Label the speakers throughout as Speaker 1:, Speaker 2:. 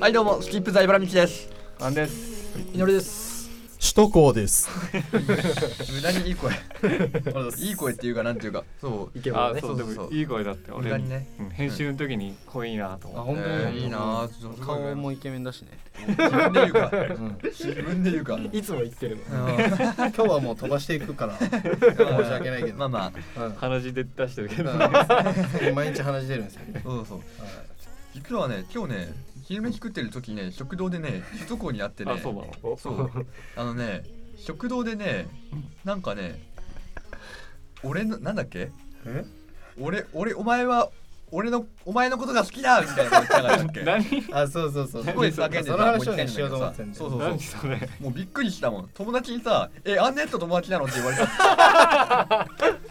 Speaker 1: はいどうもスキップザイバラミキです
Speaker 2: なんです。
Speaker 3: 祈りです。
Speaker 4: 首都高です。
Speaker 1: 無駄にいい 声いい声っていうかなんていうかそう
Speaker 3: イケボ
Speaker 2: あ
Speaker 3: だ、ね。
Speaker 2: そう、で
Speaker 1: そうそう
Speaker 2: も、いい声だって、
Speaker 1: 無駄
Speaker 2: 俺。
Speaker 1: にね
Speaker 2: うん編集の時に、濃いなと
Speaker 3: あ
Speaker 2: 思
Speaker 3: 本
Speaker 2: っ
Speaker 3: 当に
Speaker 1: えーいいなあそう
Speaker 5: 顔もイケメンだしね、
Speaker 1: 自分で言うか自分で言うか
Speaker 3: いつも言ってるの。
Speaker 1: うん
Speaker 5: 今日はもう飛ばしていくから申し訳ないけど、
Speaker 1: まあまあ
Speaker 5: うん
Speaker 2: て。鼻血で出してるけど。
Speaker 5: うん毎日話してるんですよね
Speaker 1: そうそう実はね今日ね昼飯食ってる時にね食堂でね首都高にあってね
Speaker 2: あ、そうなの。
Speaker 3: お
Speaker 1: そうあのね食堂でねなんかね俺のなんだっけ
Speaker 5: え
Speaker 1: 俺俺お前は俺のお前のことが好きだみたいなの言ったからだっ け
Speaker 2: 何、
Speaker 5: あそうそうそう
Speaker 1: すごい叫んでた
Speaker 5: その話をね
Speaker 1: もう一回なんだけどさ
Speaker 5: しようと思ってんで
Speaker 1: そうそう
Speaker 2: 何それ。
Speaker 1: もうびっくりしたもん友達にさ「えアンネット友達なの?」って言われた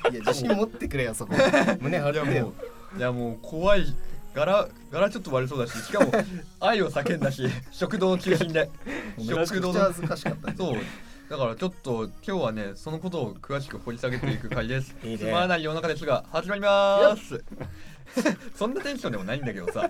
Speaker 5: いや自信持ってくれよそこ胸張
Speaker 1: いや
Speaker 5: って
Speaker 1: も
Speaker 5: よ
Speaker 1: ういやもう怖い柄柄ちょっと悪そうだしし かも愛を叫んだし食堂の中心で
Speaker 5: めちゃ
Speaker 1: 食堂
Speaker 5: くちゃ
Speaker 1: の
Speaker 5: 恥ずかしかったね
Speaker 1: そうだからちょっと今日はねそのことを詳しく掘り下げていく回です
Speaker 5: いいね
Speaker 1: つまらない世の中ですが始まります そんなテンションでもないんだけど さ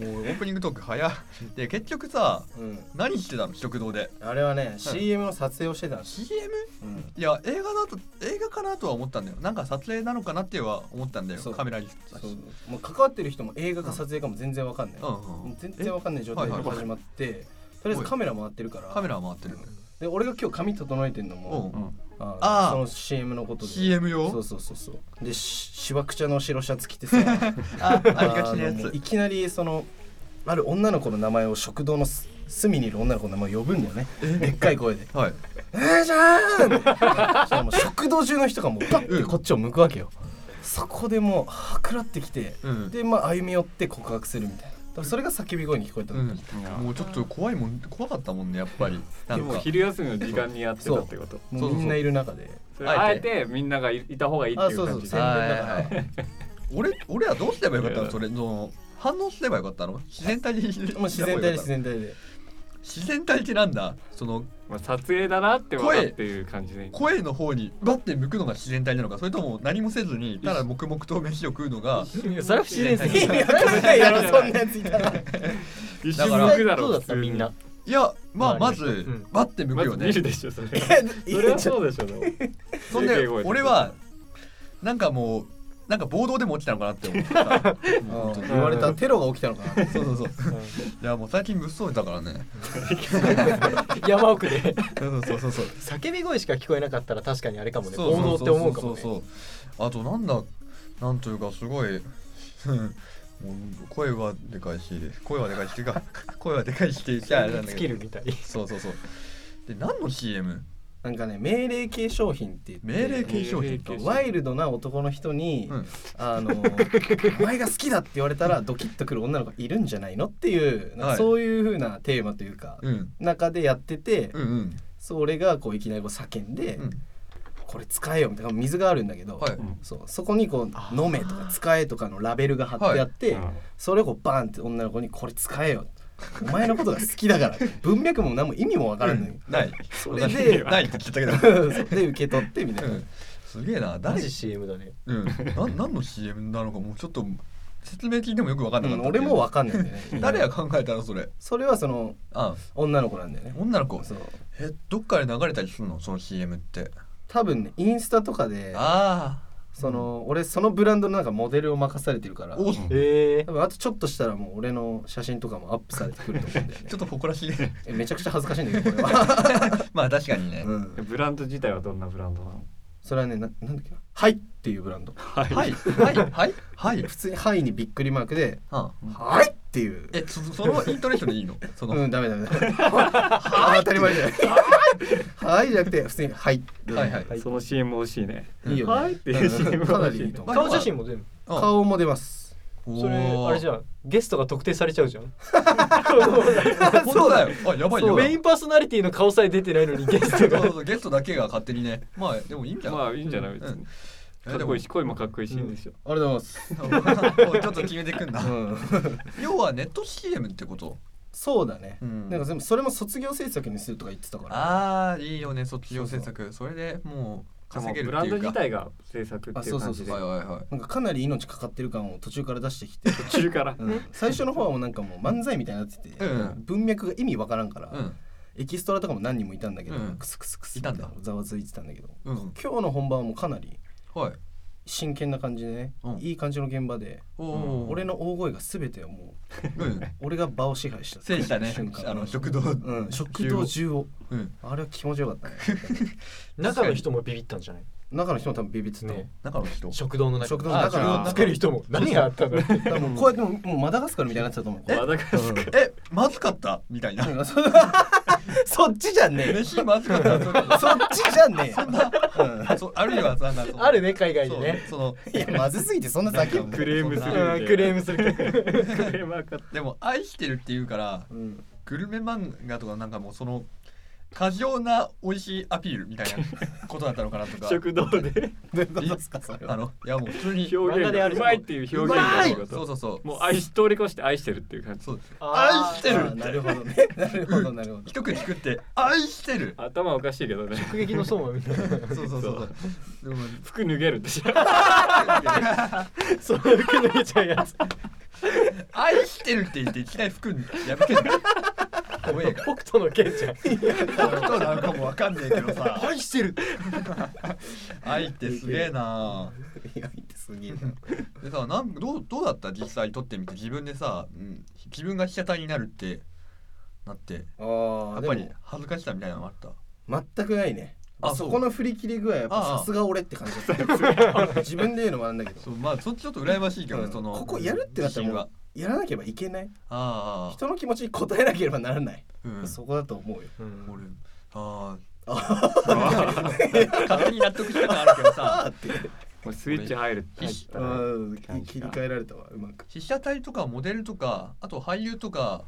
Speaker 1: もうオープニングトーク早っで結局さ
Speaker 5: うん
Speaker 1: 何してたの食堂で
Speaker 5: あれはね CM の撮影をしてたんです、
Speaker 1: CM?
Speaker 5: うん
Speaker 1: いや映画だと映画かなとは思ったんだよなんか撮影なのかなっては思ったんだよ
Speaker 5: そう
Speaker 1: カメラにう
Speaker 5: そうもう関わってる人も映画か撮影かも全然わかんない、
Speaker 1: んうん
Speaker 5: 全然わかんない状態で
Speaker 1: はいはい
Speaker 5: 始まって、とりあえずカメラ回ってるから
Speaker 1: カメラは回ってる
Speaker 5: で俺が今日髪整えてんの
Speaker 1: う
Speaker 5: も、
Speaker 1: んあ
Speaker 5: あ
Speaker 1: ー
Speaker 5: ーその CM のことで
Speaker 1: CM 用
Speaker 5: そうそうそうそうでししわくちゃの白シャツ着てさ
Speaker 1: ああ
Speaker 5: あ
Speaker 1: りがちなや
Speaker 5: のもう
Speaker 1: つ
Speaker 5: いきなりそのある女の子の名前を食堂のす隅にいる女の子の名前を呼ぶんだよねでっかい声で
Speaker 1: はい
Speaker 5: 「えー、じゃーん!」 そしたらもう食堂中の人がもうバッてこっちを向くわけよ、そこでもうはくらってきて、
Speaker 1: うん
Speaker 5: でまあ歩み寄って告白するみたいなだからそれが叫び声に聞こえた
Speaker 1: う
Speaker 5: の、
Speaker 1: ん
Speaker 2: いや
Speaker 1: もうちょっと怖いもん怖かったもんねやっ ぱりなん
Speaker 2: もう
Speaker 1: か
Speaker 2: 昼休みの時間にやってたってこと。
Speaker 5: もうみんないる中で
Speaker 2: それあえて、みんながいいた方がいいって
Speaker 5: あ
Speaker 2: いう
Speaker 5: そうそ
Speaker 2: 感
Speaker 5: う
Speaker 2: じ
Speaker 5: 宣伝だ。から、
Speaker 1: はいはい俺俺らどうすればよかった
Speaker 2: い
Speaker 1: の
Speaker 2: や
Speaker 1: それの反応すればよかったの自然 体に
Speaker 5: もう自然体で自然体で
Speaker 1: 自然体ってなんだその
Speaker 2: まあ、撮影だなって分かっていう感じで。
Speaker 1: 声の方にバッて向くのが自然体なのかそれとも何もせずにただ黙々と飯を食うのが
Speaker 3: いやそれは不自然すぎ
Speaker 5: 意
Speaker 3: る。
Speaker 5: 味わかんないやろそんなやついたら
Speaker 2: 一
Speaker 1: だ
Speaker 2: 瞬
Speaker 1: から
Speaker 2: 向くだろ
Speaker 3: そうだったみんな。。
Speaker 1: いやまあ
Speaker 3: まあ
Speaker 1: まず
Speaker 3: うん
Speaker 1: バッて向
Speaker 2: ま
Speaker 1: く
Speaker 2: ず
Speaker 1: よね
Speaker 2: 見るでしょ、それ。
Speaker 5: い
Speaker 2: それはそうでしょ、でも。
Speaker 1: そん
Speaker 2: でけ
Speaker 1: で
Speaker 2: え声で
Speaker 1: 俺はなんかもうなんか暴動でも起きたのかなって思っ てた
Speaker 5: うん言われたテロが起きたのかな
Speaker 1: そうそうそういやもう最近物騒だからね
Speaker 3: 山奥で。
Speaker 1: そうそうそうそう
Speaker 3: 叫び声しか聞こえなかったら確かにあれかもね。
Speaker 1: そう
Speaker 3: 暴動って思うかも
Speaker 1: そう
Speaker 3: ね。
Speaker 1: そうそうあとなんだなんというかすごいもう声はでかいし声はでかいしっていうか声はでかいしって言っちゃあれなんだ
Speaker 3: ス
Speaker 1: け
Speaker 3: キ
Speaker 1: ど
Speaker 3: ルみたい。
Speaker 1: そうそうそうで何の CM?
Speaker 5: なんかね命令系商品って言って
Speaker 1: 命令系商品
Speaker 2: 命令系
Speaker 5: ワイルドな男の人に、
Speaker 1: うん
Speaker 5: あ のお前が好きだって言われたらドキッとくる女の子がいるんじゃないのっていう、なん
Speaker 1: はい
Speaker 5: かそういう風なテーマというか、
Speaker 1: うん
Speaker 5: 中でやってて、
Speaker 1: うんうん
Speaker 5: それがこういきなりこう叫んで、
Speaker 1: うん
Speaker 5: これ使えよみたいな水があるんだけど、
Speaker 1: はい
Speaker 5: そうそこにこう「飲め」とか「使え」とかのラベルが貼ってあって、
Speaker 2: はいうん
Speaker 5: それをこうバンって女の子に「これ使えよ」お前のことが好き だから文脈も何も意味もわからんのよ、
Speaker 1: ない
Speaker 5: それ
Speaker 1: で
Speaker 5: で
Speaker 1: ないって言っちゃ ったけど
Speaker 5: で受け取ってみたいな、
Speaker 1: うんすげえな
Speaker 3: マ
Speaker 1: 誰
Speaker 3: ジ CM だね。
Speaker 1: うん、な何の CM なのかもうちょっと説明聞いてもよく分かんなかった、
Speaker 5: うん俺もわかんないんだよね
Speaker 1: 誰が考えたのそれ
Speaker 5: それはその
Speaker 1: あ
Speaker 5: 女の子なんだよね
Speaker 1: 女の子
Speaker 5: そう
Speaker 1: えどっかで流れたりするのその CM って
Speaker 5: 多分ねインスタとかで
Speaker 1: あ
Speaker 5: その俺そのブランドのなんかモデルを任されてるから
Speaker 1: あお
Speaker 5: 多
Speaker 1: ち
Speaker 3: ええ。
Speaker 5: 分あとちょっとしたらもう俺の写真とかもアップされてくると思うんだよ ね
Speaker 1: ょっと誇らしい
Speaker 5: えめちゃくちゃ恥ずかしいんだけどこれは、
Speaker 1: まあ確かにね、
Speaker 5: うん、
Speaker 2: ブランド自体はどんなブランドなの
Speaker 5: それはねななんだっけな「はい」っていうブランド
Speaker 2: はい
Speaker 1: はいはいはいはい
Speaker 5: 普通に「はい」にびっくりマークで
Speaker 1: は
Speaker 5: 「はい」っていう
Speaker 1: えそそのイントネーションでいいのその、
Speaker 5: うんダメダメダ メあ当たり前じゃない「はい」じゃなくて普通に「はい」
Speaker 1: はいはい、
Speaker 2: その CM 欲しいね。
Speaker 5: いいよね
Speaker 2: はいっていう CM
Speaker 5: かなりいいと思う
Speaker 3: 顔写真も全部。
Speaker 5: 顔も出ます
Speaker 1: うん
Speaker 3: それあれじゃん。ゲストが特定されちゃうじゃん。
Speaker 1: 本当だよあやばいやば
Speaker 3: メイ
Speaker 1: い
Speaker 3: ンパーソナリティの顔さえ出てないのにゲス
Speaker 1: そ
Speaker 3: ト
Speaker 1: うそ
Speaker 3: が
Speaker 1: う。そうゲストだけが勝手にねまあでもいいんじゃない、
Speaker 2: まあいいんじゃない別に。
Speaker 1: うん
Speaker 2: かっこいいし、声もかっこいいし、いいんですよ。
Speaker 5: ありがとうございま す、
Speaker 1: もうちょっと決めてくんだ、
Speaker 5: うん
Speaker 1: 要はネット CM ってこと
Speaker 5: そうだね、
Speaker 1: うん
Speaker 5: なんかでもそれも卒業制作にするとか言ってたから
Speaker 1: ああいいよね卒業制作それでも稼げる
Speaker 2: ブ
Speaker 1: っ
Speaker 2: ラ
Speaker 1: て
Speaker 2: ン
Speaker 1: い
Speaker 2: ド
Speaker 1: うか
Speaker 2: 自体が制作っていう感じで
Speaker 1: はいはいはい
Speaker 5: なんかかなり命かかってる感を途中から出して きて、
Speaker 2: 途中から
Speaker 5: うん最初の方はもうなんかもう漫才みたいになってて、
Speaker 1: うん
Speaker 5: 文脈が意味わからんから、
Speaker 1: うん
Speaker 5: エキストラとかも何人もいたんだけど、
Speaker 1: うん
Speaker 5: クスクスクス
Speaker 1: いたんだ
Speaker 5: みいなざわついてたんだけど
Speaker 1: うん
Speaker 5: 今日の本番はもうかなり
Speaker 1: はい
Speaker 5: 真剣な感じでね、
Speaker 1: うん
Speaker 5: いい感じの現場で、
Speaker 1: おお、
Speaker 5: 俺の大声が全てをも
Speaker 1: うん
Speaker 5: う俺が場を支配した
Speaker 1: 制したね
Speaker 5: 瞬間
Speaker 1: あの食堂
Speaker 5: うん、食堂中を
Speaker 1: うん
Speaker 5: あれは気持ちよかったね
Speaker 3: 中の人もビビったんじゃない
Speaker 5: 中の人も多分ビビってた
Speaker 3: ね
Speaker 1: 中の人
Speaker 3: 食堂の中
Speaker 5: 食堂の中
Speaker 3: あ食堂つける人も何があったの
Speaker 5: 多分こうやってもうもうマダガスカルみたいになってたと思う
Speaker 2: まだか
Speaker 1: えまずかったみたいな
Speaker 5: うんそ そっちじゃんねえよ
Speaker 1: 飯まずかったとか
Speaker 5: そっちじゃんねえようん
Speaker 1: あそうあるいはさなんか
Speaker 3: あるね海外にね
Speaker 1: そうその
Speaker 5: いやまずすぎてそんな先
Speaker 2: クレームす
Speaker 1: そ
Speaker 2: る
Speaker 1: ん
Speaker 2: みたい
Speaker 1: な
Speaker 2: な
Speaker 3: うんクレームするけど
Speaker 2: クレームはかっ
Speaker 1: でも愛してるっていうから
Speaker 5: うん、
Speaker 1: グルメ漫画とかなんかもうその過剰な美味しいアピールみたいなことだったのかなと
Speaker 2: た
Speaker 1: か
Speaker 2: 食堂で
Speaker 5: どういうことですかそれ
Speaker 1: あ
Speaker 5: は
Speaker 1: のいやもう普通に
Speaker 2: 表
Speaker 3: 漫画
Speaker 2: 現
Speaker 3: であ
Speaker 2: が
Speaker 3: る
Speaker 2: うまいっていう表現があること
Speaker 1: そうそうそう
Speaker 2: もう愛し通り越して愛してるっていう感じ
Speaker 1: そうです
Speaker 3: あー
Speaker 1: 愛してる
Speaker 5: あなるほどね なるほどなるほど
Speaker 1: 一口食って愛してる
Speaker 2: 頭おかしいけどね
Speaker 3: 直撃の相馬みたいな
Speaker 1: そうそうそうそうでも
Speaker 2: 服脱げるって知らん
Speaker 3: そういう服脱げちゃうやつ
Speaker 1: 愛してるって言っていきなり服やめてる怖 えから
Speaker 3: 北斗の剣じゃん
Speaker 1: 僕となんかもわかんねえけ どさ愛してる愛ってすげえない
Speaker 5: やいいってすげえな
Speaker 1: でさなんどうどうだった実際撮ってみて自分でさ、うん、自分が被写体になるってなって
Speaker 5: あ
Speaker 1: や
Speaker 5: あ
Speaker 1: っ
Speaker 5: で
Speaker 1: ぱり
Speaker 5: も
Speaker 1: 恥ずかしさみたいなのもあった
Speaker 5: 全くないね
Speaker 1: あ
Speaker 5: あ
Speaker 1: そう
Speaker 5: そこの振り切り具合はやっ
Speaker 1: ああ
Speaker 5: ぱさすが俺って感じだ った自分で言うのもあんだけど
Speaker 1: そうまあそっちちょっと羨ましいけどね、
Speaker 5: うん
Speaker 1: その
Speaker 5: ここやるってなったらもう
Speaker 1: 自信は
Speaker 5: やらなければいけない
Speaker 1: ああ
Speaker 5: 人の気持ちに応えなければならない、
Speaker 1: ああうん
Speaker 5: そこだと思うよ
Speaker 1: 俺ああ
Speaker 5: あ
Speaker 1: 勝手に納得した感あるけど
Speaker 5: あ
Speaker 1: さ
Speaker 5: って
Speaker 2: もうスイッチ入る入ったら
Speaker 5: うん切り替えられたわうまく
Speaker 1: 被写体とかモデルとかあと俳優とか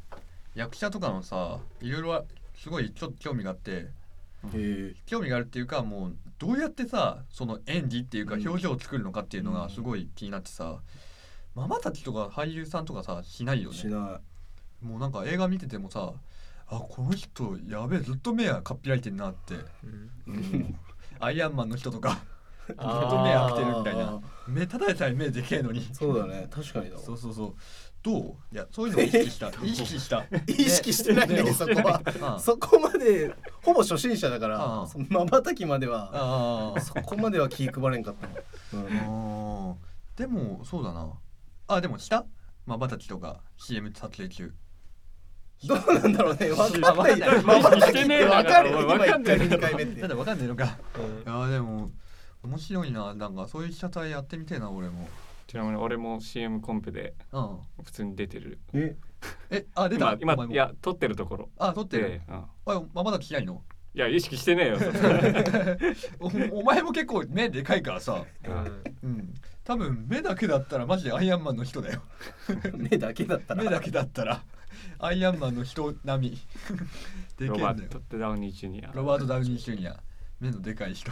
Speaker 1: 役者とかのさいろいろあすごいちょっと興味があって
Speaker 5: へ
Speaker 1: 興味があるっていうかもうどうやってさその演技っていうか
Speaker 5: うん
Speaker 1: 表情を作るのかっていうの
Speaker 5: う
Speaker 1: が
Speaker 5: ん
Speaker 1: すごい気になってさママたちとか俳優さんとかさしないよ
Speaker 5: えし
Speaker 1: ね
Speaker 5: な
Speaker 1: もうなんか映画見ててもさあこの人やべえずっと目がかっぴらいてんなって
Speaker 5: いうん
Speaker 1: アイアンマンの人とか ずっ
Speaker 3: あー
Speaker 1: と目開けてるみたい
Speaker 5: あ
Speaker 1: な目ただでさえ目でけえのに
Speaker 5: そうだね確かにだわ
Speaker 1: そうそうそうどういやそういうのを意識した 意識した
Speaker 5: 意識してないんだけどそこは
Speaker 1: ああ
Speaker 5: そこまでほぼ初心者だか
Speaker 1: ああ
Speaker 5: らまばたきまでは
Speaker 1: ああ
Speaker 5: そこまでは気配れんかったわうん
Speaker 1: あーでもそうだなあでもしたまばたきとか CM 撮影中
Speaker 5: どうなんだろうね。わかん
Speaker 1: わ
Speaker 5: な
Speaker 1: か
Speaker 5: い。
Speaker 1: んない
Speaker 5: まばたき
Speaker 2: し
Speaker 5: ってて
Speaker 2: ねえな
Speaker 5: わかる。
Speaker 2: おい
Speaker 5: 今
Speaker 2: わかん
Speaker 5: 言
Speaker 2: な
Speaker 5: った
Speaker 2: い
Speaker 5: よ2回目っ
Speaker 1: なん
Speaker 5: て。
Speaker 1: だわかんねえのか
Speaker 3: うん
Speaker 1: いやーでも面白いななんかそういう被写体やってみてえな俺も
Speaker 2: ちなみに俺も CM コンペで
Speaker 1: うん
Speaker 2: 普通に出てる
Speaker 5: え、
Speaker 1: えあ出た
Speaker 2: 今今
Speaker 1: お前も
Speaker 2: いや撮ってるところ
Speaker 1: あ撮ってる
Speaker 2: で、うん
Speaker 1: あまばたきしないの
Speaker 2: いや意識してねえよそんな
Speaker 1: おお前も結構目でかいからさ
Speaker 3: うん
Speaker 1: うん多分目だけだったらマジでアイアンマンの人だよ
Speaker 5: 目だけだったら。
Speaker 1: 目だけだったらアイアンマンの人並み でけえ
Speaker 2: ロ
Speaker 1: んだ
Speaker 2: バ
Speaker 1: よ
Speaker 2: ートってダウニージュニア
Speaker 1: ロバート・ダウニー・シュニア目のでかい 人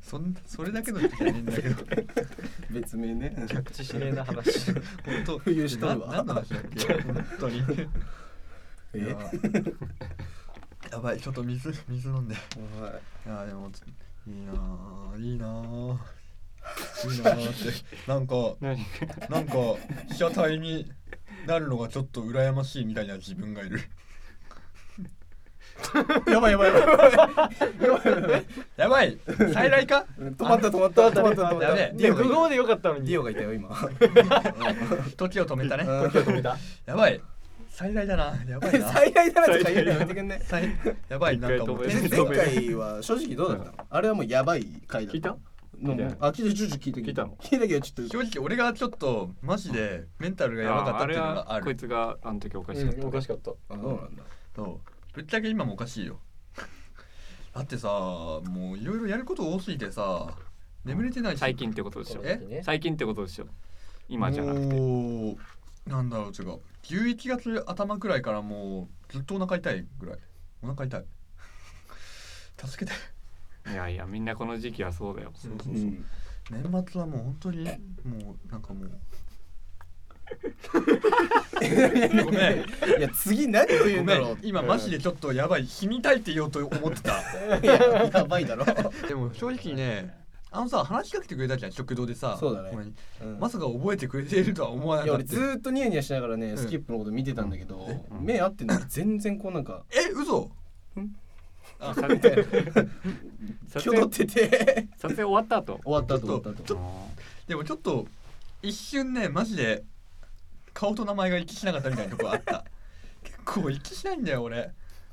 Speaker 1: そんそれだけの人じゃねえんだけど
Speaker 5: 別名ね。
Speaker 3: 着地しねえな話
Speaker 1: 本当
Speaker 5: 浮遊しとるわ
Speaker 1: な何の話だっ け本当にい
Speaker 5: え
Speaker 1: や、 やばいちょっと水水飲んでい
Speaker 5: は
Speaker 1: やでもいいなあいいなあいいなあ ってなんか
Speaker 2: 何
Speaker 1: なんか被写体になるのがちょっと羨ましいみたいな自分がいる
Speaker 5: い。やばいやばいやばい。
Speaker 1: やばい再来か
Speaker 5: 止まった止まった止まった止ま
Speaker 1: や
Speaker 5: っ
Speaker 1: べ
Speaker 5: た
Speaker 1: え。
Speaker 5: デ
Speaker 3: で
Speaker 5: ィ
Speaker 3: も
Speaker 5: オ
Speaker 3: 国語
Speaker 5: がいた
Speaker 3: でよかったのに
Speaker 5: ディオがいたよ今。
Speaker 1: 時を止めたね
Speaker 5: うん
Speaker 3: 止めた
Speaker 1: やばい再来だなやば いな
Speaker 5: 最大だなとか言うのやめてくんね。
Speaker 1: 最やばいなんかもう
Speaker 2: 一
Speaker 5: 前
Speaker 2: 回止め
Speaker 1: 全
Speaker 2: る
Speaker 1: 然
Speaker 5: 回は正直どうだったの？あれはもうやばい回だ
Speaker 2: 聞いた
Speaker 5: の
Speaker 2: 聞い
Speaker 5: あ、聞いたちょっと聞いた
Speaker 2: 聞いたの
Speaker 5: 聞いたけどちょっと。
Speaker 1: 正直俺がちょっとマジでメンタルがやばかったっていうのがあ
Speaker 2: あれはこい
Speaker 1: る
Speaker 2: つがあの時おかしかった、
Speaker 3: うんおかしかった
Speaker 5: あ、そうなんだ。
Speaker 1: そうぶっちゃけ今もおかしいよ だってさもういろいろやること多すぎてさ眠れてないし
Speaker 2: 最近ってことでしょ
Speaker 1: え
Speaker 2: 最近ってことでしょ今じゃなくて
Speaker 1: もうなんだろう違う11月頭くらいからもうずっとお腹痛いぐらいお腹痛い 助けて
Speaker 2: いやいやみんなこの時期はそうだよ
Speaker 1: そう
Speaker 5: う。
Speaker 1: そうそうん年末はもう本当にもうなんかもうごめん
Speaker 5: いや次何と言う
Speaker 1: ご
Speaker 5: ん
Speaker 1: め
Speaker 5: だろ
Speaker 1: ん
Speaker 5: う
Speaker 1: 今マジでちょっとやばい死にたいって言おうと思ってた
Speaker 5: いややばいだろ、
Speaker 1: でも正直ねあのさ話しかけてくれたじゃん食堂でさ
Speaker 5: そうだね
Speaker 1: 俺に
Speaker 5: うん
Speaker 1: まさか覚えてくれているとは思わない
Speaker 5: や
Speaker 1: かっ
Speaker 5: 俺
Speaker 1: た
Speaker 5: ずーっとニヤニヤしながらね、
Speaker 1: ん
Speaker 5: スキップのこと見てたんだけど、
Speaker 2: うん
Speaker 5: 目合ってんのに全然こうなんか
Speaker 1: え嘘
Speaker 2: 撮影撮
Speaker 5: きょどっ
Speaker 2: 影
Speaker 5: てて
Speaker 2: 撮影終わった後
Speaker 5: 終わったと終わっ
Speaker 1: ち
Speaker 5: たと
Speaker 1: ょっでもちょっと一瞬ねマジで顔と名前が一致しなかったみたいなとこあった 結構一致しないんだよ俺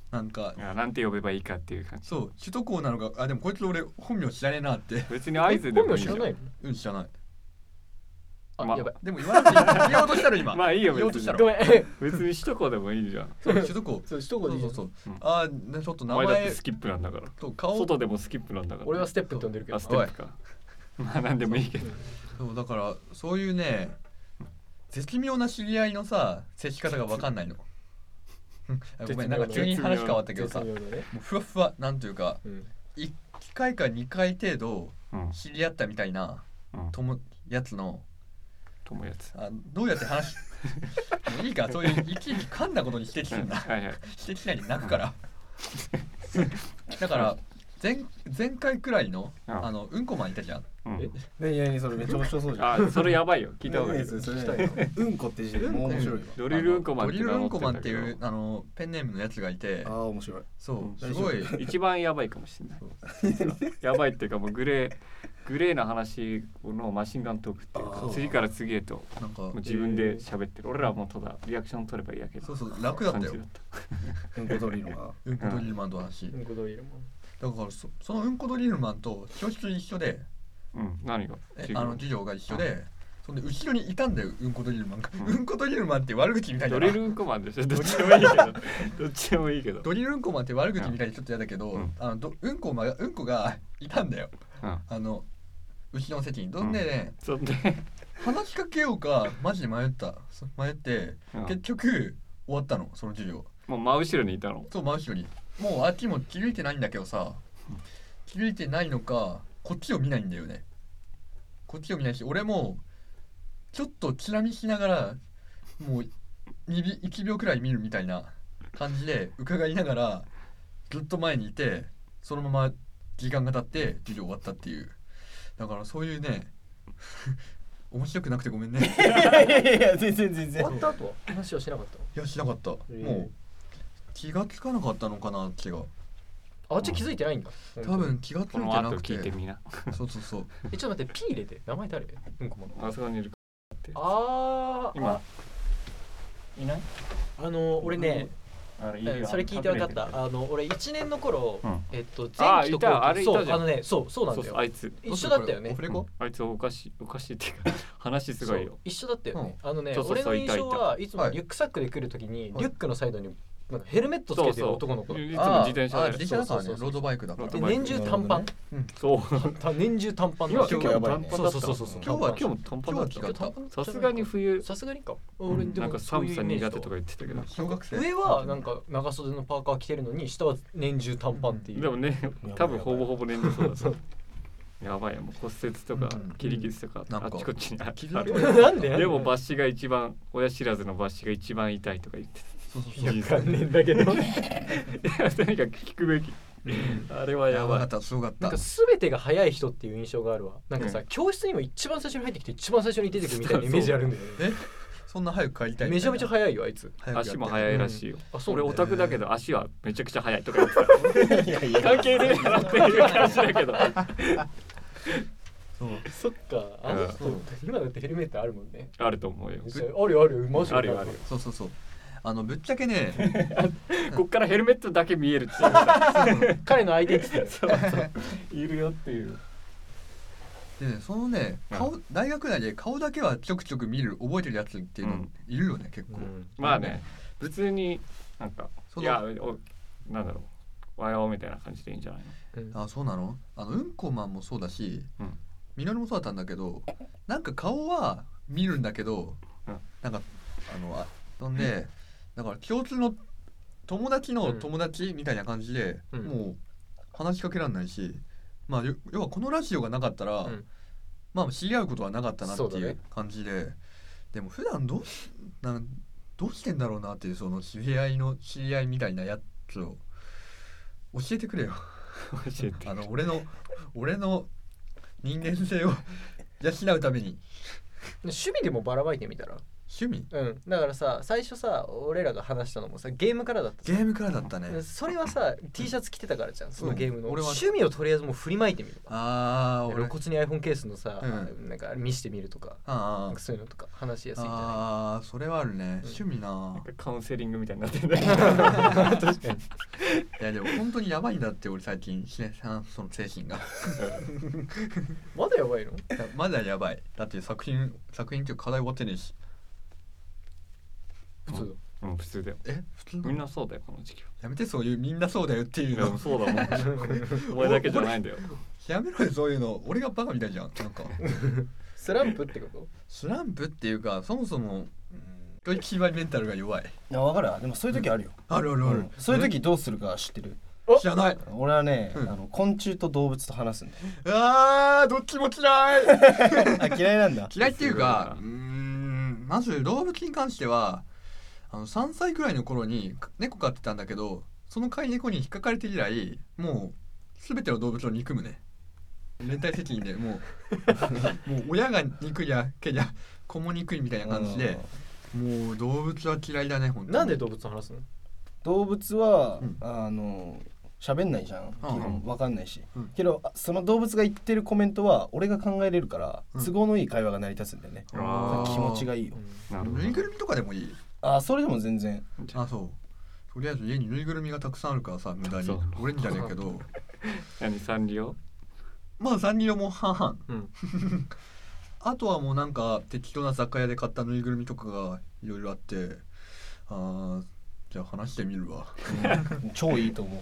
Speaker 1: なんか
Speaker 2: いやなんて呼べばいいかっていう感じ
Speaker 1: そう首都高なのかあでもこいつ俺本名知らねえなって
Speaker 2: 別に合図で
Speaker 4: 本
Speaker 2: もい
Speaker 4: 名
Speaker 2: い
Speaker 4: 知
Speaker 2: じゃ
Speaker 4: ら
Speaker 2: ん
Speaker 4: ないの
Speaker 1: うん知らない
Speaker 4: あ、
Speaker 2: まあ
Speaker 4: やばい
Speaker 1: でも言わ なくていい言おうとしたら今
Speaker 2: まあいいよ
Speaker 1: 言おうと
Speaker 2: 別
Speaker 1: し
Speaker 2: に
Speaker 1: たら
Speaker 4: ごめ ん
Speaker 2: 別にしとこでもいいじゃん
Speaker 1: そう首都高
Speaker 4: そう一
Speaker 1: そ
Speaker 4: 言
Speaker 1: う
Speaker 4: でいい
Speaker 1: そ
Speaker 4: よ
Speaker 1: うそう
Speaker 2: うん
Speaker 1: あーねちょっと名
Speaker 2: お前だって
Speaker 1: 前
Speaker 2: スキップなんだから
Speaker 1: と顔
Speaker 2: 外でもスキップなんだから
Speaker 4: 俺はステップって呼んでるけど
Speaker 2: あステップか まあなんでもいいけど
Speaker 1: そうだからそういうね絶妙な知り合いのさ接し方が分かんないのあごめんなんか急に話変わったけどさ
Speaker 4: 絶
Speaker 1: も
Speaker 4: 妙だね
Speaker 1: うふわふわなんというか
Speaker 4: うん
Speaker 1: 1回か2回程度
Speaker 2: うん
Speaker 1: 知り合ったみたいな
Speaker 2: うん
Speaker 1: ともやつの
Speaker 2: 友やつ
Speaker 1: あどうやっ て話もういいかそういういちいち噛んだことに指摘す
Speaker 2: うん
Speaker 1: んな
Speaker 2: はいはい
Speaker 1: 指摘しないで泣くからだから前前回くらいの
Speaker 2: うん
Speaker 1: あのうんこマンいたじゃん
Speaker 2: うん
Speaker 4: え
Speaker 5: 何何それめっちゃ面白そうじゃん
Speaker 2: あそれやばいよ聞いた方がいい
Speaker 5: 何それそれしたいようんこって字でもう面白いわ
Speaker 2: ドリルうんこマン
Speaker 1: ド
Speaker 2: って
Speaker 1: リ
Speaker 2: 名
Speaker 1: ルう
Speaker 2: 乗
Speaker 1: ん
Speaker 2: って
Speaker 1: こ
Speaker 2: ん
Speaker 1: マン
Speaker 2: だ
Speaker 1: っ
Speaker 2: け
Speaker 1: ていう
Speaker 2: ど
Speaker 1: あのペンネームのやつがいて
Speaker 5: あー面白い
Speaker 1: そう
Speaker 2: う
Speaker 1: すごい
Speaker 2: 一番やばいかもしれないやばいっていうかもうグレーグレーな話のマシンガントークっていう
Speaker 5: あ
Speaker 2: か
Speaker 5: ー
Speaker 2: 次から次へとも
Speaker 1: なんか
Speaker 2: う自分で喋ってる俺らはもうただリアクション取ればいいやけど
Speaker 1: そうそう楽だったよ
Speaker 2: 感じだっ
Speaker 5: うんこドリルが
Speaker 1: うんこドリルマンと話
Speaker 4: うんこどういるもん
Speaker 1: だからそそのうんこドリルマンと教室一緒で
Speaker 2: たうん何が
Speaker 1: え
Speaker 2: 授業
Speaker 1: あの授業が一緒でそんで後ろにいたんだようんこドリルマンが
Speaker 2: うん
Speaker 1: うんこドリルマンって悪口みたい
Speaker 2: ド
Speaker 1: な
Speaker 2: リルうんこマンでしょどっちでもいいけどどっちでもいいけど
Speaker 1: ドリルうんこマンって悪口みたいでちょっと嫌だけど、
Speaker 2: うん
Speaker 1: あのどうんこまがうんこがいたんだよ
Speaker 2: うん
Speaker 1: あの後ろの席にどんでね、
Speaker 2: そんで
Speaker 1: 話しかけようかマジで迷ったそ迷って
Speaker 2: うん
Speaker 1: 結局終わったのその授業
Speaker 2: もう真後ろにいたの
Speaker 1: そう真後ろにもうあっちも気づいてないんだけどさ気づいてないのかこっちを見ないんだよねこっちを見ないし俺もちょっとチラ見しながらもう2び1秒くらい見るみたいな感じで伺いながらずっと前にいてそのまま時間が経って授業終わったっていうだからそういうね 面白くなくてごめんね
Speaker 5: いやいやいや全然全
Speaker 4: 終
Speaker 5: 然
Speaker 4: わった後は話はしなかった
Speaker 1: いやしなかった、
Speaker 4: え
Speaker 1: もう気がつかなかったのかな違う
Speaker 4: ああっち気づいてないんだ
Speaker 1: 多分気がついて
Speaker 2: この
Speaker 1: な
Speaker 2: 後
Speaker 1: く
Speaker 2: 聞いて
Speaker 1: て
Speaker 2: みな
Speaker 1: そうそうそう
Speaker 4: えちょっと待って P 入れて名前誰うんこもん
Speaker 2: あそこにいる
Speaker 4: あー
Speaker 2: 今
Speaker 4: あいないあの俺ね
Speaker 2: あれい
Speaker 4: うんそれ聞いて分かったあの俺1年の頃、
Speaker 2: うん
Speaker 4: えっと
Speaker 2: あ
Speaker 4: 前
Speaker 2: ー
Speaker 4: 期と
Speaker 2: いたあ
Speaker 4: 後
Speaker 2: れ
Speaker 4: 期
Speaker 2: いた
Speaker 4: そう
Speaker 2: じゃ
Speaker 4: あ
Speaker 2: ん
Speaker 4: のねそうそうなん
Speaker 2: そう
Speaker 4: だ
Speaker 2: そう
Speaker 4: よ
Speaker 2: あいつ
Speaker 4: 一緒だったよね
Speaker 1: オフレコ
Speaker 2: あいつおかしいおかしいっていうか話すごい
Speaker 4: そう
Speaker 2: よ
Speaker 4: 一緒だったよね、あのね
Speaker 2: そうそうそう
Speaker 4: 俺の印象はいつも
Speaker 1: はい
Speaker 4: リュックサックで来るときに、
Speaker 1: はい
Speaker 4: リュックのサイドになんかヘルメットつけてる男の
Speaker 2: そ
Speaker 4: 子だ
Speaker 2: うそういつも
Speaker 1: あ
Speaker 2: 自転
Speaker 1: あ
Speaker 2: 車
Speaker 1: 自
Speaker 2: で
Speaker 1: 転車だからね
Speaker 4: そうそ
Speaker 1: ロ
Speaker 4: うそう
Speaker 1: ードバイクだから
Speaker 2: ロード
Speaker 4: で
Speaker 2: バイク
Speaker 4: 年中短パン、
Speaker 2: そう
Speaker 4: 短年中短パン
Speaker 2: 今
Speaker 4: だ
Speaker 2: 今
Speaker 5: 結
Speaker 2: 日
Speaker 5: 構や
Speaker 2: も
Speaker 5: ば
Speaker 2: 短
Speaker 5: いね
Speaker 2: パンだった
Speaker 4: そうそうそうそう
Speaker 2: 今日は今日も短パンだっ
Speaker 1: 今日は
Speaker 2: た
Speaker 1: 違った
Speaker 2: さすがに冬
Speaker 4: さすがにか
Speaker 2: う
Speaker 4: 俺
Speaker 2: ん
Speaker 4: でも
Speaker 2: なんか寒さ
Speaker 4: そういうイメージ
Speaker 2: 苦
Speaker 4: だ
Speaker 2: 手とか言ってたけど
Speaker 1: 小学生
Speaker 4: 上はなんか長袖のパーカー着てるのに下は年中短パンっていう
Speaker 2: でもね
Speaker 5: ばい
Speaker 2: 多分ほぼほぼ年中そうだ ったやばいよもう骨折とか
Speaker 1: うん
Speaker 2: 切り傷とか
Speaker 1: なんか
Speaker 2: あっちこっちにあ
Speaker 1: 傷
Speaker 2: ある
Speaker 1: 跡が
Speaker 4: なんで
Speaker 2: でもバッシが一番親知らずのバッシが一番痛いとか言って
Speaker 1: そうそうそう
Speaker 4: いや残念だけど
Speaker 2: たいやとにかく聞くべきあれはや
Speaker 1: やばか
Speaker 2: ば
Speaker 1: っ
Speaker 2: い
Speaker 1: たすごかっ
Speaker 4: な
Speaker 1: た
Speaker 4: んか全てが早い人っていう印象があるわなんかさ、
Speaker 2: うん
Speaker 4: 教室にも一番最初に入ってきて一番最初に出てくるみたいなイメージあるんだよね
Speaker 1: えそんな早く帰りたい
Speaker 4: めちゃめちゃ早いよあいつ
Speaker 1: 早くやって
Speaker 2: 足も速いらしいよ
Speaker 4: あそう
Speaker 2: 俺
Speaker 4: なんだ
Speaker 2: オタクだけど足はめちゃくちゃ速いとか言ってた
Speaker 5: いやいや
Speaker 2: 関係ねえなっていう感じだけ ど
Speaker 1: そう
Speaker 4: そっかあの人、
Speaker 1: うん
Speaker 4: 今だってヘルメットあるもんね
Speaker 2: あると思うよ
Speaker 4: あるよあるよマジで
Speaker 2: あるよあるよ
Speaker 1: そうそうそうあのぶっちゃけね
Speaker 2: こっからヘルメットだけ見えるっていうさ
Speaker 4: 彼の相手って言ってたよ
Speaker 2: いるよっていう
Speaker 1: でねそのね顔大学内で顔だけはちょくちょく見る覚えてるやつっていう
Speaker 2: う
Speaker 1: の
Speaker 2: ん
Speaker 1: いるよね結構
Speaker 2: まあね別になんか
Speaker 1: そ
Speaker 2: い
Speaker 1: の
Speaker 2: やおなんだろうわよみたいな感じでいいんじゃない
Speaker 4: うん
Speaker 1: あそうなのあのうんこマンもそうだし
Speaker 2: うん
Speaker 1: みのりもそうだったんだけどなんか顔は見るんだけど
Speaker 2: うん
Speaker 1: なんかあのあそんでだから共通の友達の友達みたいな感じで、
Speaker 4: うん
Speaker 1: もう話しかけられないしまあよ要はこのラジオがなかったら、
Speaker 4: うん
Speaker 1: まあ知り合うことはなかったなって
Speaker 4: そう
Speaker 1: い
Speaker 4: だ
Speaker 1: う
Speaker 4: ね
Speaker 1: 感じで、でも普段どうしなんどうしてんだろうなっていうその知り合いの知り合いみたいなやつを教えてくれよ
Speaker 2: 教えて
Speaker 1: あの俺の俺の人間性を 養うために
Speaker 4: 趣味でもばらまいてみたら
Speaker 1: 趣味
Speaker 4: うんだからさ最初さ俺らが話したのもさゲームからだった
Speaker 1: ゲームからだったね
Speaker 4: それはさ T シャツ着てたからじゃんそのゲームの、
Speaker 1: うん俺は
Speaker 4: 趣味をとりあえずもう振りまいてみる
Speaker 1: ああ
Speaker 4: 露
Speaker 1: 俺
Speaker 4: 骨に iPhone ケースのさ、
Speaker 1: う
Speaker 4: なんか見してみるとか
Speaker 1: あ
Speaker 4: なん
Speaker 1: ー
Speaker 4: かそういうのとか話しやすいんじゃ
Speaker 1: あーそれはあるね、趣味な
Speaker 2: なんかカウンセリングみたいになってる 確かに
Speaker 1: いやでも本当にやばいんだって俺最近しねさんその精神が
Speaker 4: ないまだやばいの
Speaker 1: いやまだやばいだって作品作品っていうか課題終わってねえし
Speaker 4: 普通
Speaker 2: うん普通だよ
Speaker 1: え普通
Speaker 2: みんなそうだよこの時期は
Speaker 1: やめてそういうみんなそうだよってい
Speaker 2: いうやも
Speaker 1: の
Speaker 2: うそうだもんお前だけじゃないんだよ
Speaker 1: やめろよそういうの俺がバカみたいじゃんなんか
Speaker 4: スランプってこと
Speaker 1: スランプっていうかそもそも一人きりメンタルが弱い
Speaker 5: いや分かるわでもそういう時あるよ、
Speaker 1: あるある
Speaker 5: う
Speaker 1: あ
Speaker 5: ん
Speaker 1: る
Speaker 5: そういう時どうするか知ってる
Speaker 1: え知らない
Speaker 5: 俺はね、
Speaker 1: うん
Speaker 5: あの昆虫と動物と話すんだよ
Speaker 1: あーどっちも嫌い
Speaker 5: あ嫌いなんだ
Speaker 1: 嫌いっていうかう
Speaker 2: す
Speaker 1: ーんまず動物に関してはあの3歳くらいの頃に猫飼ってたんだけどその飼い猫に引っかかれて以来もう全ての動物を憎むね連帯責任でもう もう親が憎りゃけりゃ子も憎いみたいな感じでもう動物は嫌いだね本当に
Speaker 4: なんで動物と話すの
Speaker 5: 動物は、
Speaker 1: うん
Speaker 5: あの喋んないじゃん、基本わかんないし、
Speaker 1: うん
Speaker 5: けどあその動物が言ってるコメントは俺が考えれるから、
Speaker 1: うん
Speaker 5: 都合のいい会話が成り立つんだよね、
Speaker 1: あー
Speaker 5: 気持ちがいいよ
Speaker 2: なるほど
Speaker 1: ぬいぐるみとかでもいい
Speaker 5: あそれでも全然
Speaker 1: あそうとりあえず家にぬいぐるみがたくさんあるからさ無駄に
Speaker 2: そう
Speaker 1: 俺にじゃねえけど
Speaker 2: 何サンリオ
Speaker 1: まあ残業も半々
Speaker 4: うん
Speaker 1: あとはもうなんか適当な雑貨屋で買ったぬいぐるみとかがいろいろあってあーじゃあ話してみるわ
Speaker 5: 超いいと思う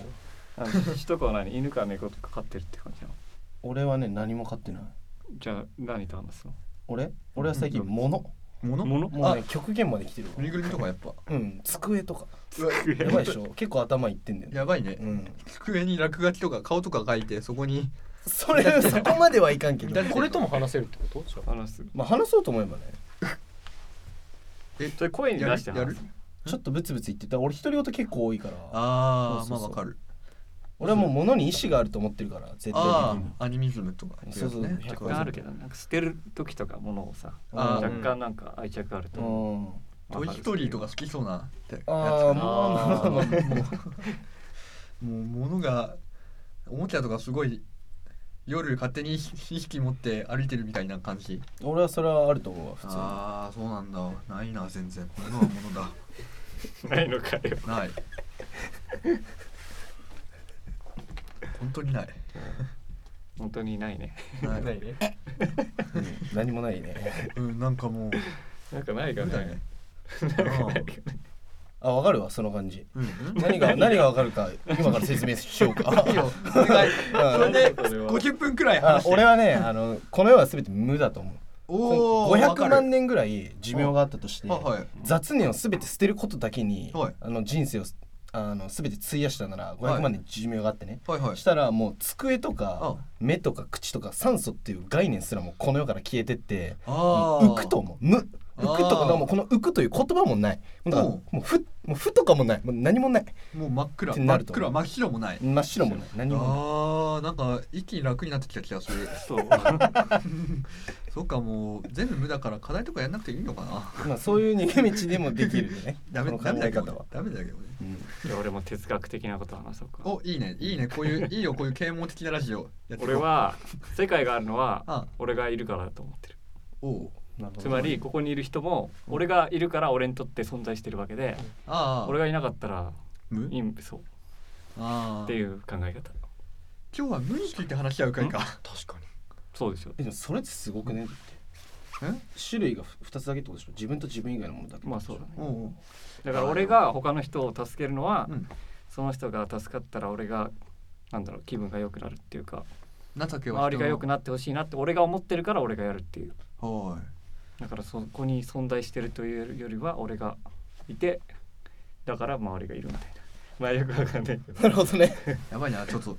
Speaker 2: あの一子は何犬か猫とか飼ってるって感じなの
Speaker 5: 俺はね何も買ってない
Speaker 2: じゃあ何と話すの
Speaker 5: 俺俺は最近
Speaker 2: うん
Speaker 5: 物
Speaker 1: 物
Speaker 2: 物
Speaker 5: もうね極限まで来てる
Speaker 1: ぬ
Speaker 5: わ
Speaker 1: いぐるみとかやっぱ
Speaker 5: うん机とか
Speaker 2: 机
Speaker 5: やばいでしょ結構頭いってんだよね
Speaker 1: やばいね、
Speaker 5: うん
Speaker 1: 机に落書きとか顔とか書いてそこに
Speaker 5: それそこまではいかんけど
Speaker 1: 乱れて
Speaker 4: これとも話せるってことじゃあ
Speaker 2: 話す
Speaker 5: まあ話そうと思えばね
Speaker 2: それ声に出して
Speaker 1: や
Speaker 2: 話
Speaker 1: る
Speaker 2: す
Speaker 5: ちょっとブツブツ言ってた俺独り言結構多いから
Speaker 1: ああ
Speaker 5: そうそ
Speaker 1: まあ
Speaker 5: うそう
Speaker 1: わかる
Speaker 5: 俺はもう物に意志があると思ってるから絶対
Speaker 1: あ
Speaker 5: に
Speaker 1: あアニミズムとかってやつ
Speaker 5: そうそう
Speaker 1: ね
Speaker 2: 若干あるけどなんか捨てる時とか物をさ
Speaker 1: あー
Speaker 2: 若干なんか愛着ある
Speaker 5: う
Speaker 2: と
Speaker 5: ん
Speaker 1: トイ・ストーリーとか好きそうなってやつ
Speaker 5: ああもう
Speaker 2: あー
Speaker 1: もう物がおもちゃとかすごい夜勝手に意識持って歩いてるみたいな感じ
Speaker 5: 俺はそれはあると思うわ普通に
Speaker 1: ああそうなんだないな全然物は物 だ
Speaker 2: ないのかよ
Speaker 1: ない本当にない
Speaker 2: 本当にないね
Speaker 1: ない
Speaker 4: ないね
Speaker 5: うん何もないね
Speaker 1: うんなんかもう
Speaker 2: なんかないが
Speaker 1: 無だ
Speaker 2: ね
Speaker 1: ね
Speaker 5: あわかるわその感じ
Speaker 1: うん
Speaker 5: 何 が何がわかるか今から説明しようか
Speaker 1: いいよお願いそれで
Speaker 2: こ れは
Speaker 1: 50分くらい
Speaker 5: あ
Speaker 1: 話して
Speaker 5: 俺はねあのこの世は全て無だと思う
Speaker 1: おお
Speaker 5: 500万年ぐらい寿命があったとして
Speaker 1: はいはい
Speaker 5: 雑念を全て捨てることだけに
Speaker 1: はい
Speaker 5: あの人生をあの全て費やしたなら
Speaker 1: は
Speaker 5: 500
Speaker 1: い
Speaker 5: 万年寿命があってね
Speaker 1: はいはい
Speaker 5: したらもう机とか
Speaker 1: あ
Speaker 5: 目とか口とか酸素っていう概念すらもうこの世から消えてって
Speaker 1: ああ
Speaker 5: 浮くと思う無浮くとかもうこの浮くという言葉もないだから
Speaker 1: お
Speaker 5: も
Speaker 1: う
Speaker 5: うふもうふとかもないもう何もない
Speaker 1: もう真っ暗
Speaker 5: って
Speaker 1: 真
Speaker 5: な
Speaker 1: っ
Speaker 5: ると
Speaker 1: 暗真っ白もない
Speaker 5: 真っ白もない何もない
Speaker 1: あーなんか一気に楽になってきた気がする
Speaker 2: そう
Speaker 1: そっかもう全部無だから課題とかやんなくていいのかな
Speaker 5: まあそういう逃げ道でもできるよね
Speaker 1: ダメ
Speaker 5: この
Speaker 1: ダメ
Speaker 5: 考
Speaker 1: だ
Speaker 5: え
Speaker 1: けど
Speaker 5: 方
Speaker 1: ね
Speaker 5: は、
Speaker 1: ダメだけどね
Speaker 5: うん
Speaker 2: じゃあ俺も哲学的なこと話そうか
Speaker 1: おいいねいいねこう いういいよこういう啓蒙的なラジオやってこう
Speaker 2: 俺は世界があるの
Speaker 1: あ
Speaker 2: は俺がいるからだと思ってる
Speaker 1: おう
Speaker 5: なるほど
Speaker 2: つまりここにいる人も俺がいるから俺にとって存在してるわけで
Speaker 1: ああ
Speaker 2: 俺がいなかったら
Speaker 1: 無
Speaker 2: いいそう
Speaker 1: ああ
Speaker 2: っていう考え方
Speaker 1: 今日は無について話し合う会か
Speaker 4: 確かに
Speaker 2: そうですよ
Speaker 5: えでもそれってすごくね
Speaker 1: え
Speaker 5: 種類が2つだけってことでしょ自分と自分以外のものだけってこと
Speaker 2: まあ
Speaker 5: でし
Speaker 2: そ
Speaker 5: ょ
Speaker 2: うだね
Speaker 1: おうおう
Speaker 2: だから俺が他の人を助けるのは、
Speaker 1: うん
Speaker 2: その人が助かったら俺がなんだろう気分が良くなるっていうか
Speaker 1: 情けは
Speaker 2: 周りが良く
Speaker 1: な
Speaker 2: なってほしいなって俺が思ってるから俺がやるっていう
Speaker 1: は
Speaker 2: だからそこに存在してるというよりは俺がいてだから周りがいるみたいなまあよくわかんないけど
Speaker 5: なるほどね
Speaker 1: いやばいなちょっと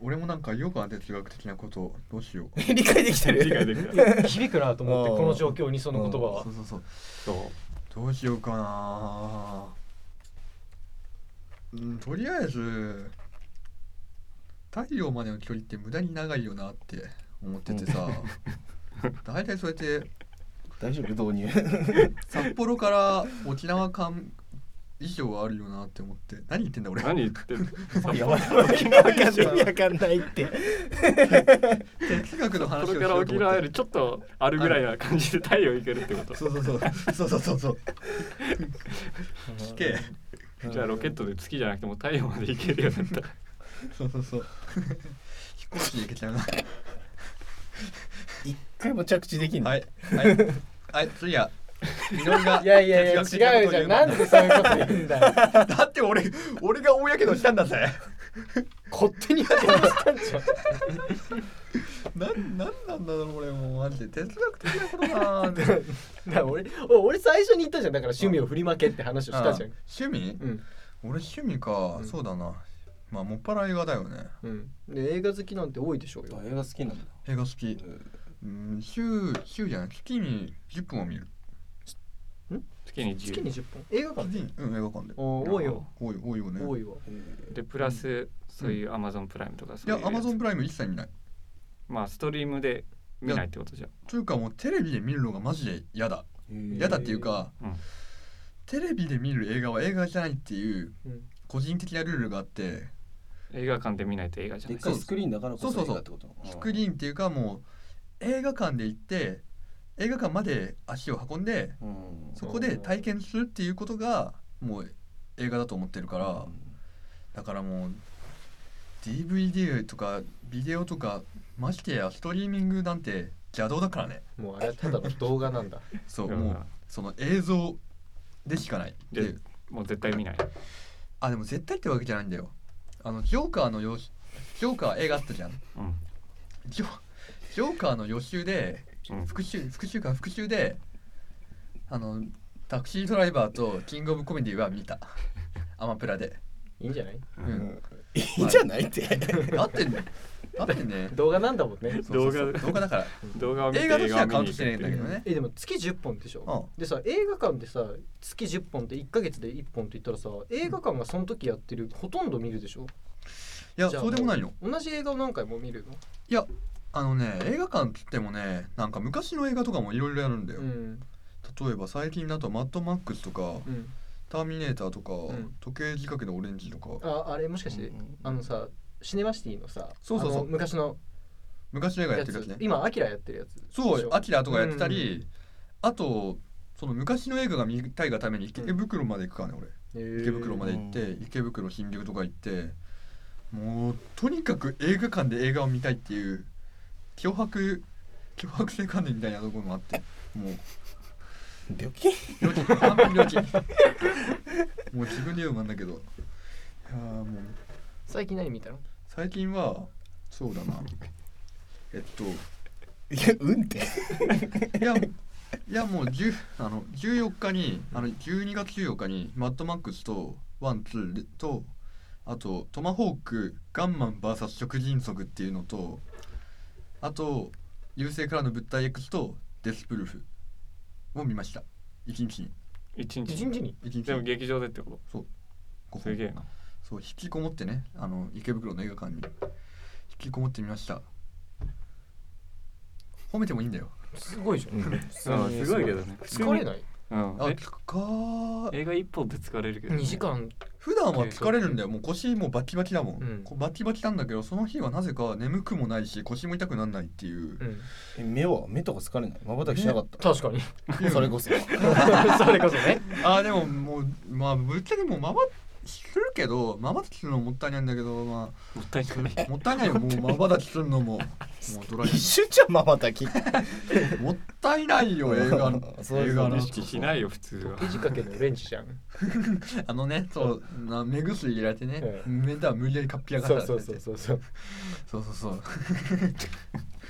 Speaker 1: 俺もなんかよくある哲学的なことどうしよう
Speaker 5: 理解できて
Speaker 2: 理
Speaker 5: る
Speaker 2: 解でき た。
Speaker 3: 響くなと思ってこの状況にその言葉は
Speaker 1: そうそうそう
Speaker 2: そう。
Speaker 1: どうしようかなうんとりあえず太陽までの距離って無駄に長いよなって思ってて さ大体そうやって
Speaker 5: 大丈夫 導入
Speaker 1: 札幌から沖縄間以上あるよなって思って何言ってんだ俺
Speaker 2: 何言ってんの
Speaker 5: やばい意味わかんない意味わかんないって
Speaker 1: 哲学の話
Speaker 2: そ
Speaker 1: を
Speaker 2: れ
Speaker 1: し
Speaker 2: から沖
Speaker 1: ようと思って
Speaker 2: 縄よりちょっとあるぐらいな感じで太陽いけるってこと
Speaker 1: そうそうそうそうそうそう そう聞け
Speaker 2: じゃあロケットで月じゃなくても太陽までいけるようになったら
Speaker 1: そうそう そう飛行機で行けちゃうな
Speaker 5: 一回も着地できんの
Speaker 1: はいはいはい次はみのりが
Speaker 4: いやい やいや違う
Speaker 1: 哲学的なことを
Speaker 4: じ
Speaker 1: 言
Speaker 4: ゃな
Speaker 1: うんから
Speaker 4: んでそういうこと言うんだ よ
Speaker 1: だって俺俺が大やけどしたんだぜ
Speaker 4: 勝手にやってましたんじゃん
Speaker 1: なんなんなんだろう俺もうマジで哲学的なことだ なーって
Speaker 4: だから俺お俺最初に言ったじゃんだから趣味を振りまけって話をしたじゃん
Speaker 1: 趣味、
Speaker 4: うん
Speaker 1: 俺趣味か、
Speaker 4: うん
Speaker 1: そうだなまあもっぱら映画だよね
Speaker 4: うんで映画好きなんて多いでしょうよ
Speaker 5: 映画好きなんだ
Speaker 1: 映画好きうん週週じゃない月に10分を見る
Speaker 2: 月に
Speaker 4: 月
Speaker 2: 10
Speaker 4: に10本映画館
Speaker 1: 月にうん映画館で
Speaker 4: おー多いよ
Speaker 1: 多い多いよね
Speaker 4: 多
Speaker 1: い
Speaker 4: いわ
Speaker 2: でプラスそういうアマゾンプライムとかそう
Speaker 1: や
Speaker 2: いう
Speaker 1: アマゾン
Speaker 2: ン
Speaker 1: プライム一切見ない
Speaker 2: まあストリームで見ないってことじゃん
Speaker 1: というかもうテレビで見るのがマジで嫌だ嫌だっていうか、
Speaker 2: うん
Speaker 1: テレビで見る映画は映画じゃないっていう
Speaker 4: うん
Speaker 1: 個人的なルールがあって
Speaker 2: 映画館で見ないと映画じゃない
Speaker 1: かいスク
Speaker 5: リーンだから
Speaker 1: こそ映画って
Speaker 5: こと
Speaker 1: スクリーンっていうかもう映画館で行って映画館まで足を運んで
Speaker 5: うん
Speaker 1: そこで体験するっていうことがもう映画だと思ってるからだからもう DVD とかビデオとかましてやストリーミングなんて邪道だからね
Speaker 4: もうあれはただの動画なんだ
Speaker 1: そう
Speaker 2: だから
Speaker 1: もうその映像でしかない
Speaker 2: で
Speaker 1: で
Speaker 2: もう絶対見ない
Speaker 1: あでも絶対ってわけじゃないんだよあのジョーカーのよしジョーカー映画あったじゃん
Speaker 2: うん
Speaker 1: ジョジョーカーの予習で
Speaker 2: うん
Speaker 1: 復習復習か復習であのタクシードライバーとキングオブコメディは見たアマプラで、
Speaker 4: いいんじゃない
Speaker 1: うん、
Speaker 5: い いんじゃないって
Speaker 1: 合ってんね合ってんね
Speaker 4: 動画なんだもんね
Speaker 1: そうそうそう
Speaker 2: 動画
Speaker 1: 動画だから
Speaker 2: 動画を見て
Speaker 1: 映画としてはカウントして
Speaker 2: 映
Speaker 1: な
Speaker 2: 画
Speaker 1: い
Speaker 2: を
Speaker 1: ん
Speaker 2: 見
Speaker 1: だ
Speaker 2: に行く
Speaker 1: けどね
Speaker 4: えでも月10本でしょ
Speaker 1: う
Speaker 4: でさ映画館でさ月10本って1か月で1本って言ったらさ映画館がその時やってるほとんど見るでしょ
Speaker 1: いや
Speaker 4: じゃあ
Speaker 1: そうでもないよ
Speaker 4: 同じ映画を何回も見るの
Speaker 1: いやあのね映画館っつってもねなんか昔の映画とかもいろいろやるんだよ、
Speaker 4: うん
Speaker 1: 例えば最近だと「マッドマックス」とか
Speaker 4: うん
Speaker 1: 「ターミネーター」とか、
Speaker 4: ん
Speaker 1: 時計仕掛けのオレンジ」とか
Speaker 4: ああれもしかしてあのさシネマシティのさ
Speaker 1: そうそうそう
Speaker 4: あの昔の
Speaker 1: 昔の映画や
Speaker 4: や
Speaker 1: って
Speaker 4: つ
Speaker 1: るやつね
Speaker 4: 今アキラやってるやつ
Speaker 1: そう、ア
Speaker 4: あ
Speaker 1: キラとかやってたり、あとその昔の映画が見たいがために池袋まで行くからね、俺池袋まで行って、池袋新宿とか行ってもうとにかく映画館で映画を見たいっていう脅迫脅迫性観念みたいなところもあってもう
Speaker 5: 病気
Speaker 1: 病気完璧 病気もう自分で言うのもなんだけどいやーもう
Speaker 4: 最近何見たの
Speaker 1: 最近はそうだなえっと
Speaker 5: いやうんって
Speaker 1: いや、いやもう10あの14日にあの12月14日にマッドマックスとワンツーでとあとトマホークガンマン VS 食人族っていうのとあと優勢からの物体 X とデスプルーフを見ました一日に
Speaker 2: 一日
Speaker 4: 一日に
Speaker 1: 一日
Speaker 2: でも
Speaker 1: に
Speaker 2: 劇場でってこ
Speaker 1: 5本
Speaker 2: とすげえな
Speaker 1: そう引きこもってねあの池袋の映画館に引きこもってみました褒めてもいいんだよ
Speaker 4: すごいじゃん
Speaker 2: うんすごいけどね
Speaker 4: 疲れない
Speaker 2: うん
Speaker 1: あ
Speaker 2: え
Speaker 1: つかー
Speaker 2: 映画一本で疲れるけど
Speaker 4: 2時間
Speaker 1: 普段は疲れるんだよもう腰もうバキバキだもん、
Speaker 4: うん
Speaker 1: こうバキバキなんだけどその日はなぜか眠くもないし腰も痛くなんないっていう
Speaker 4: うん
Speaker 5: え目は目とか疲れない瞬きしなかっ
Speaker 4: 確かに
Speaker 5: たそれこ
Speaker 4: そ
Speaker 5: そ
Speaker 4: れこそね
Speaker 1: あーでももうまあぶっちゃけもうまばするけどまばたきするのもったいないんだけどま
Speaker 2: もったい
Speaker 1: あ
Speaker 2: ない
Speaker 1: もったいないよもうまばたきするのももうドライ
Speaker 5: 一瞬じゃまばたき
Speaker 1: もったいないよ映画の
Speaker 5: そうそう
Speaker 1: 映画の
Speaker 2: 意識しないよ普通は
Speaker 4: 時掛けのオレンジじゃん
Speaker 1: あのねそうな目薬入れられてね目だ無理やりかっぴらかさ
Speaker 4: そ
Speaker 1: れ
Speaker 4: う
Speaker 1: て
Speaker 4: そうそうそうそう
Speaker 1: そうそうそう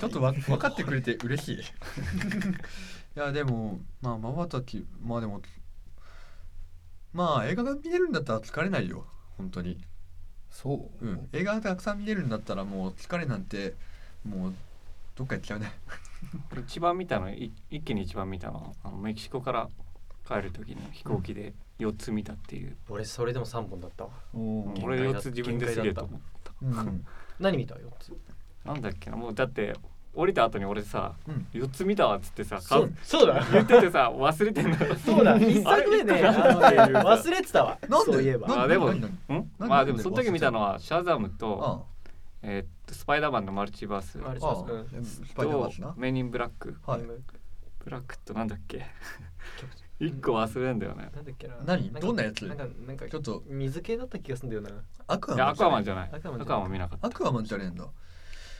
Speaker 1: ちょっとわ分かってくれて嬉しいいやでもまあまばたきまあでもまあ映画が見れるんだったら疲れないよ本当に
Speaker 5: そう、
Speaker 1: うん、映画たくさん見れるんだったらもう疲れなんてもうどっか行っちゃうね
Speaker 2: 一番見たのい一気に一番見たのあのメキシコから帰る時に飛行機で4つ見たっていう、
Speaker 4: 俺それでも3本だったわ
Speaker 3: うん
Speaker 2: 俺
Speaker 4: 限界だ
Speaker 2: 4つ自分ですげえと思っ
Speaker 1: うん、
Speaker 4: 何見たよつ
Speaker 2: たなんだっけなもうだって降りた後に俺さ
Speaker 1: うん、
Speaker 2: 4つ見たわっつってさ
Speaker 4: そ
Speaker 2: か
Speaker 4: うそう だ
Speaker 2: 言っててさ忘れてんだよ
Speaker 4: そうだ一作目ねあのね忘れてたわ
Speaker 1: なんで
Speaker 4: そういえば
Speaker 1: なん
Speaker 2: あでも
Speaker 1: 何何
Speaker 2: ん
Speaker 1: なんで
Speaker 2: まあでも
Speaker 1: なんで
Speaker 2: その時見たのはシャザムと,、
Speaker 1: あ
Speaker 2: えーっとスパイダーマンのマルチバース
Speaker 4: マルチ
Speaker 1: あああ
Speaker 4: う
Speaker 1: スパイダーバ
Speaker 2: と
Speaker 1: ースな
Speaker 2: メインインブラック
Speaker 1: はい
Speaker 2: ブラックとなんだっけ一個忘れんだよね
Speaker 4: なんだっけな
Speaker 1: 何
Speaker 4: んか
Speaker 1: どんなやつ
Speaker 4: なんかなんか
Speaker 1: ちょっと
Speaker 4: 水系だった気がするんだよない
Speaker 1: アク
Speaker 2: いや
Speaker 1: ア
Speaker 2: アクアマ
Speaker 1: マン
Speaker 2: ン
Speaker 1: じ
Speaker 2: じ
Speaker 1: ゃ
Speaker 2: ゃない
Speaker 4: ア
Speaker 2: ア
Speaker 4: クアマンじ
Speaker 2: ク
Speaker 4: ゃない
Speaker 2: アマン見なかった
Speaker 1: アクアマンじゃねえんだ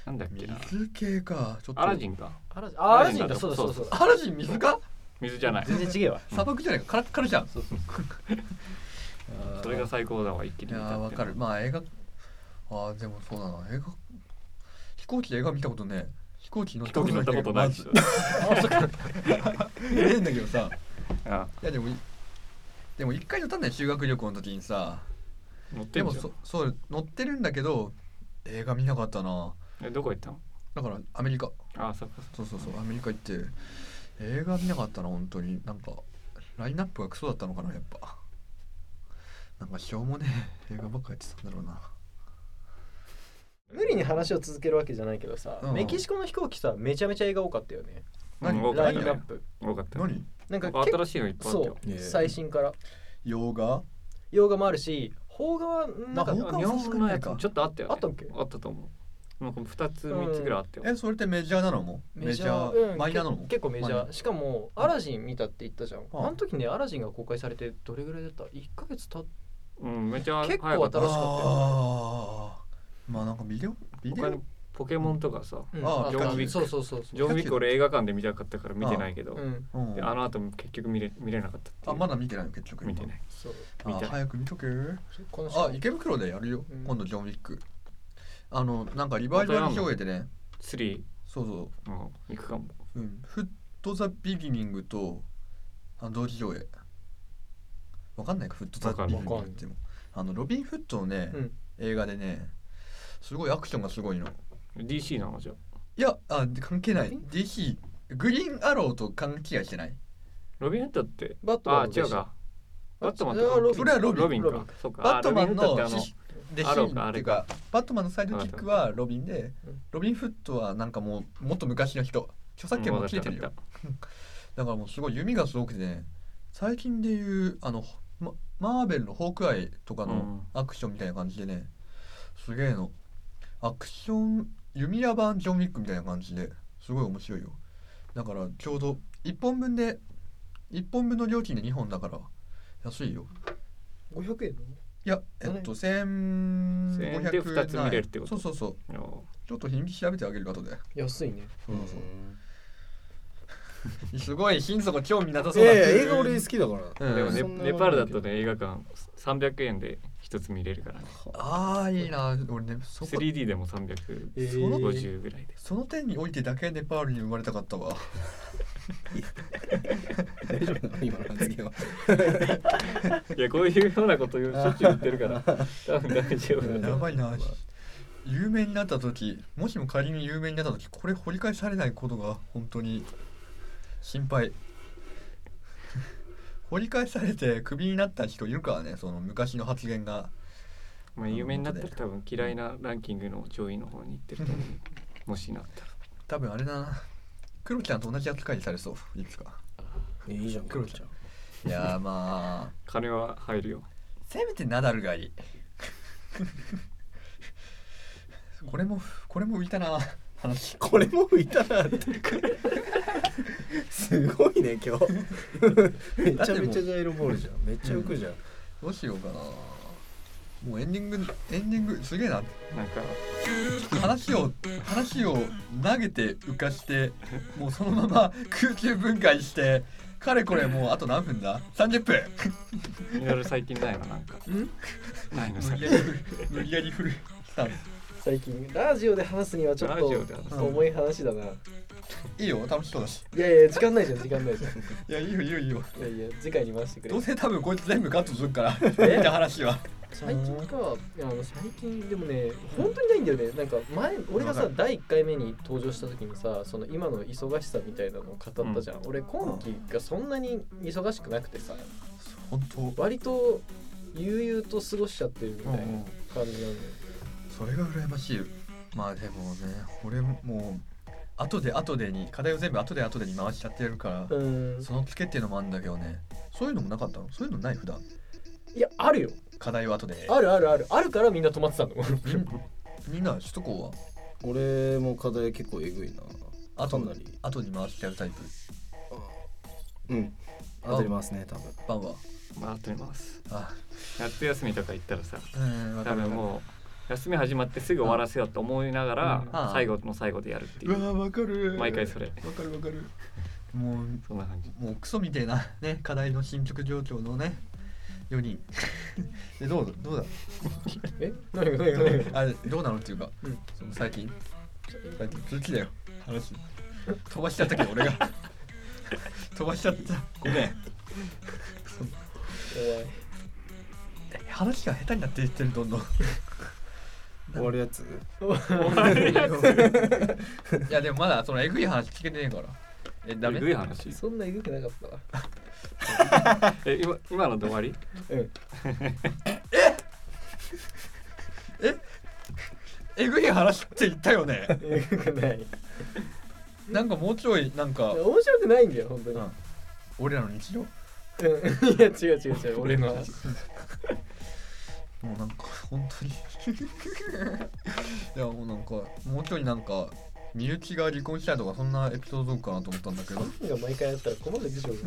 Speaker 2: なんだっけな
Speaker 1: 水系かちょっと
Speaker 2: アラジンか
Speaker 4: アラジンあアラジン
Speaker 2: アラジンだ
Speaker 4: だそうだそうだそうだ
Speaker 1: アラジン水か
Speaker 2: 水じゃない
Speaker 4: 全然違えわ
Speaker 1: 砂漠じゃないかカラッカラじゃん
Speaker 2: それが最高だわ一気
Speaker 1: い
Speaker 2: に
Speaker 1: や
Speaker 2: 見たって
Speaker 1: ーわかるまあ映画ああでもそうだな映画飛行機で映画見たことねえ飛行機乗っ
Speaker 2: 飛
Speaker 1: た
Speaker 2: 行
Speaker 1: こ
Speaker 2: 機
Speaker 1: と
Speaker 2: 乗
Speaker 1: な
Speaker 2: っ
Speaker 1: い
Speaker 2: たことないでしょ
Speaker 1: ええんだけどさ
Speaker 2: あ
Speaker 1: いやでもいでも一回乗ったんだよ修学旅行の時にさ
Speaker 2: 乗って
Speaker 1: で
Speaker 2: ん
Speaker 1: も
Speaker 2: じゃん
Speaker 1: そそう乗ってるんだけど映画見なかったな
Speaker 2: えどこ行ったの
Speaker 1: だからアメリカ
Speaker 2: あそっかそっか
Speaker 1: そうそうそうアメリカ行って映画見なかったな本当になんかラインナップがクソだったのかなやっぱなんかしょうもねえ映画ばっかやってたんだろうな
Speaker 4: 無理に話を続けるわけじゃないけどさ、
Speaker 1: うん
Speaker 4: メキシコの飛行機さめちゃめちゃ映画多かったよね
Speaker 1: 何
Speaker 2: うん多か
Speaker 4: ラ
Speaker 2: った
Speaker 4: イン
Speaker 2: ね
Speaker 4: ナップ
Speaker 2: 多かったね
Speaker 1: 何
Speaker 4: なんか
Speaker 2: なんか
Speaker 4: 結構
Speaker 2: 新しいのいっぱいあった
Speaker 4: そ
Speaker 2: よ
Speaker 4: う
Speaker 5: ね
Speaker 4: 最新から
Speaker 1: 洋画
Speaker 4: 洋画もあるし邦画はなんか
Speaker 1: あ
Speaker 2: い
Speaker 1: 邦
Speaker 2: や
Speaker 1: 他は
Speaker 2: 日
Speaker 1: 欲し
Speaker 2: 本
Speaker 1: く
Speaker 2: の
Speaker 1: な
Speaker 2: や
Speaker 1: いか
Speaker 2: つちょっとあったよね
Speaker 4: あったっけ
Speaker 2: あったと思うなんか2つ3つぐらいあったよ
Speaker 1: えそれってメジャーなのもメジャ
Speaker 4: う
Speaker 1: ー
Speaker 4: ん
Speaker 1: マイナーなのも
Speaker 4: け結構メジ
Speaker 1: マイ
Speaker 4: ャ
Speaker 1: ナ
Speaker 4: ーしかも「アラジン」見たって言ったじゃん、
Speaker 1: あ
Speaker 4: あの時ねアラジンが公開されてどれぐらいだった1ヶ月経っ
Speaker 2: うんめっちゃ
Speaker 4: 結構
Speaker 2: 早かった
Speaker 4: 新しかったよ
Speaker 1: あーまあなんかビデオビデ
Speaker 2: 他
Speaker 1: オ
Speaker 2: のポケモンとかさ
Speaker 4: た、
Speaker 1: あ
Speaker 2: ジョンウィック
Speaker 4: そうそうそうそ
Speaker 2: ジョン・ウィック俺映画館で見たかったから見てないけど
Speaker 4: う、うん
Speaker 1: うん
Speaker 2: であの後も結局見れ見れなかったってい
Speaker 1: あ
Speaker 2: う
Speaker 1: まだ見てないの結局
Speaker 2: 見てない
Speaker 4: そう
Speaker 1: あ
Speaker 2: 見てない
Speaker 1: 早く見とけ
Speaker 4: この
Speaker 1: あ
Speaker 4: 人
Speaker 1: 池袋でやるよ、
Speaker 4: うん
Speaker 1: 今度ジョン・ウィックあのなんかリバイバル上映でね
Speaker 2: 3
Speaker 1: そうそ
Speaker 2: も行くかも
Speaker 1: う、うん、フット・ザ・ビギニングとあの同時上映わかんないかフット・ザ・
Speaker 2: わかん
Speaker 1: ビ
Speaker 2: な
Speaker 1: ギ
Speaker 2: い
Speaker 1: ニングってもあのロビン・フットのね、
Speaker 4: うん
Speaker 1: 映画でねすごいアクションがすごいの
Speaker 2: DC なのじゃあ
Speaker 1: いやあで関係ない DC グリーン・アローと関係はしてない
Speaker 2: ロビン・フットって
Speaker 4: バットマ
Speaker 2: あ
Speaker 4: ンの
Speaker 2: 違うかバットマン
Speaker 4: それはロビン
Speaker 1: それはロビン
Speaker 2: ロビン
Speaker 4: ロビ
Speaker 2: か
Speaker 4: ン
Speaker 2: そうか
Speaker 1: バットマン
Speaker 2: あロ
Speaker 1: の
Speaker 2: ビフット
Speaker 1: し
Speaker 2: って
Speaker 1: 弟
Speaker 2: アロ
Speaker 1: 子
Speaker 2: ーか
Speaker 1: ってい
Speaker 2: あ
Speaker 1: うかバットマンのサイドキックはロビンで
Speaker 4: うん
Speaker 1: ロビン・フットはなんかもうもっと昔の人著
Speaker 2: あの
Speaker 1: 作権も切れてる
Speaker 2: うんわ
Speaker 1: よ
Speaker 2: かっ
Speaker 1: だからもうすごい弓がすごくてね最近でいうあのママーベルのホークアイとか
Speaker 2: う
Speaker 1: の
Speaker 2: ん
Speaker 1: アクションみたいな感じでねすげえのアクション弓矢版ジョン・ウィックみたいな感じですごい面白いよだからちょうど1本分で1本分の料金で2本だから安いよ
Speaker 4: 500円の
Speaker 1: いやえっと1500
Speaker 2: 1000円で二つ見れるってこと
Speaker 1: ないそうそうそう
Speaker 2: たよ
Speaker 1: ちょっと日にち調べてあげる後で
Speaker 4: 安いね
Speaker 1: そうそうそう
Speaker 5: うん
Speaker 1: すごい心底興味なさ
Speaker 5: い
Speaker 1: そう
Speaker 5: や
Speaker 1: だ
Speaker 5: いや映画俺好きだから
Speaker 1: うん
Speaker 2: でも
Speaker 5: ね
Speaker 2: ネ
Speaker 5: そんな
Speaker 2: ネパールだとね映画館300円で一つ見れるからね
Speaker 1: ああいいな俺ねそこ
Speaker 2: 3D でも
Speaker 4: え
Speaker 2: 350
Speaker 4: ー
Speaker 2: ぐらいで
Speaker 1: その点においてだけネパールに生まれたかったわ
Speaker 5: 大丈夫なの今の 発言は
Speaker 2: いやこういうようなことをしょっちゅう言ってる から多分大丈夫だ
Speaker 1: やばいな有名になった時もしも仮に有名になった時これ掘り返されないことが本当に心配 掘り返されてクビになった人いるからねその昔の発言が
Speaker 2: まあ有名になったら多分嫌いなランキングの上位の方に行ってると思うもしなったら
Speaker 1: 多分あれだなクロちゃんと同じ扱いにされそういつか
Speaker 5: いいじゃん黒ちゃん
Speaker 1: いやーまあ
Speaker 2: 金は入るよ
Speaker 1: せめてナダルがいいこれもこれも浮いたな話
Speaker 5: これも浮いたなってすごいね今日めちゃめちゃジャイロボールじゃんめっちゃ浮くじゃん、
Speaker 1: どうしようかなもうエンディングエンディングすげえな
Speaker 2: なんか
Speaker 1: 話を話を投げて浮かしてもうそのまま空中分解してかれこれもうあと何分だ30分
Speaker 2: ミノル最近ないのなんかないの
Speaker 1: 無
Speaker 2: 最近
Speaker 1: 理やり振る無理やり振るスタンス
Speaker 4: 最近ラジオで話すにはちょっ
Speaker 2: ラジオで話す
Speaker 4: と重い話だな、
Speaker 1: いいよ楽しそうだし
Speaker 4: いやいや時間ないじゃん時間ないじゃん
Speaker 1: いやいいよいいよいいよ
Speaker 4: いやいや次回に回してくれ
Speaker 1: どうせ多分こいつ全部カットするから
Speaker 4: え
Speaker 1: 見た話は
Speaker 4: 最近かあの最近でもね本当にないんだよねなんか前俺が
Speaker 2: わ
Speaker 4: さ
Speaker 2: かる
Speaker 4: 第1回目に登場した時にさその今の忙しさみたいなのを語ったじゃん、俺今期がそんなに忙しくなくてさ
Speaker 1: 本当
Speaker 4: 割と悠々と過ごしちゃってるみたいな感じなんだよ、
Speaker 1: それが羨ましいまあでもね俺ももう後で後でに課題を全部後で後でに回しちゃってるから、
Speaker 4: うん
Speaker 1: そのツケっていうのもあるんだけどねそういうのもなかったのそういうのない普段
Speaker 4: いやあるよ
Speaker 1: 課題は後で
Speaker 4: あるあるあるあるからみんな止まってたの
Speaker 1: みんな首都高は
Speaker 5: 俺も課題結構えぐいな
Speaker 1: 後
Speaker 5: かなり
Speaker 1: 後に回してやるタイプ
Speaker 5: うん当たりますね多分
Speaker 1: バンは
Speaker 2: まあ当たります
Speaker 1: あ
Speaker 2: 夏休みとか行ったらさ
Speaker 1: うんわ
Speaker 2: 多分もう休み始まってすぐ終わらせようと思いなが
Speaker 1: うんう
Speaker 2: ら
Speaker 1: ん
Speaker 2: 最後の最後でやるっていう
Speaker 1: うわわかる
Speaker 2: 毎回それ
Speaker 1: わかるわかるもう
Speaker 2: そんな感じ
Speaker 1: もうクソみたいなね課題の進捗状況のね4人 でどうだどうだ
Speaker 4: え何が何が何が
Speaker 1: あどうなのっていうか、
Speaker 4: うん
Speaker 1: その最近最近続きだよ話飛ばしちゃったけど俺が 飛ばしちゃったごめん話が下手になっていってるどんどんい
Speaker 5: 終わるやつ
Speaker 1: やでもまだそのえ ぐい話聞けてねえからえダメ
Speaker 2: えぐい話
Speaker 4: おいそんなえぐくなかったわ
Speaker 2: え今今ので終わり
Speaker 4: うん
Speaker 1: えぐい話って言ったよね
Speaker 4: えぐくないい
Speaker 1: なんかもうちょいなんか
Speaker 4: や、面白くないんだよ本当に、
Speaker 1: うん俺らの日常も
Speaker 4: うんいや違う違う違う俺の話
Speaker 1: うなんか本当に いやもうなんかもうちょいなんか身内が離婚したとかそんなエピソードかなと思ったんだけ
Speaker 4: が
Speaker 1: ど
Speaker 4: 毎回やったら困るでしょう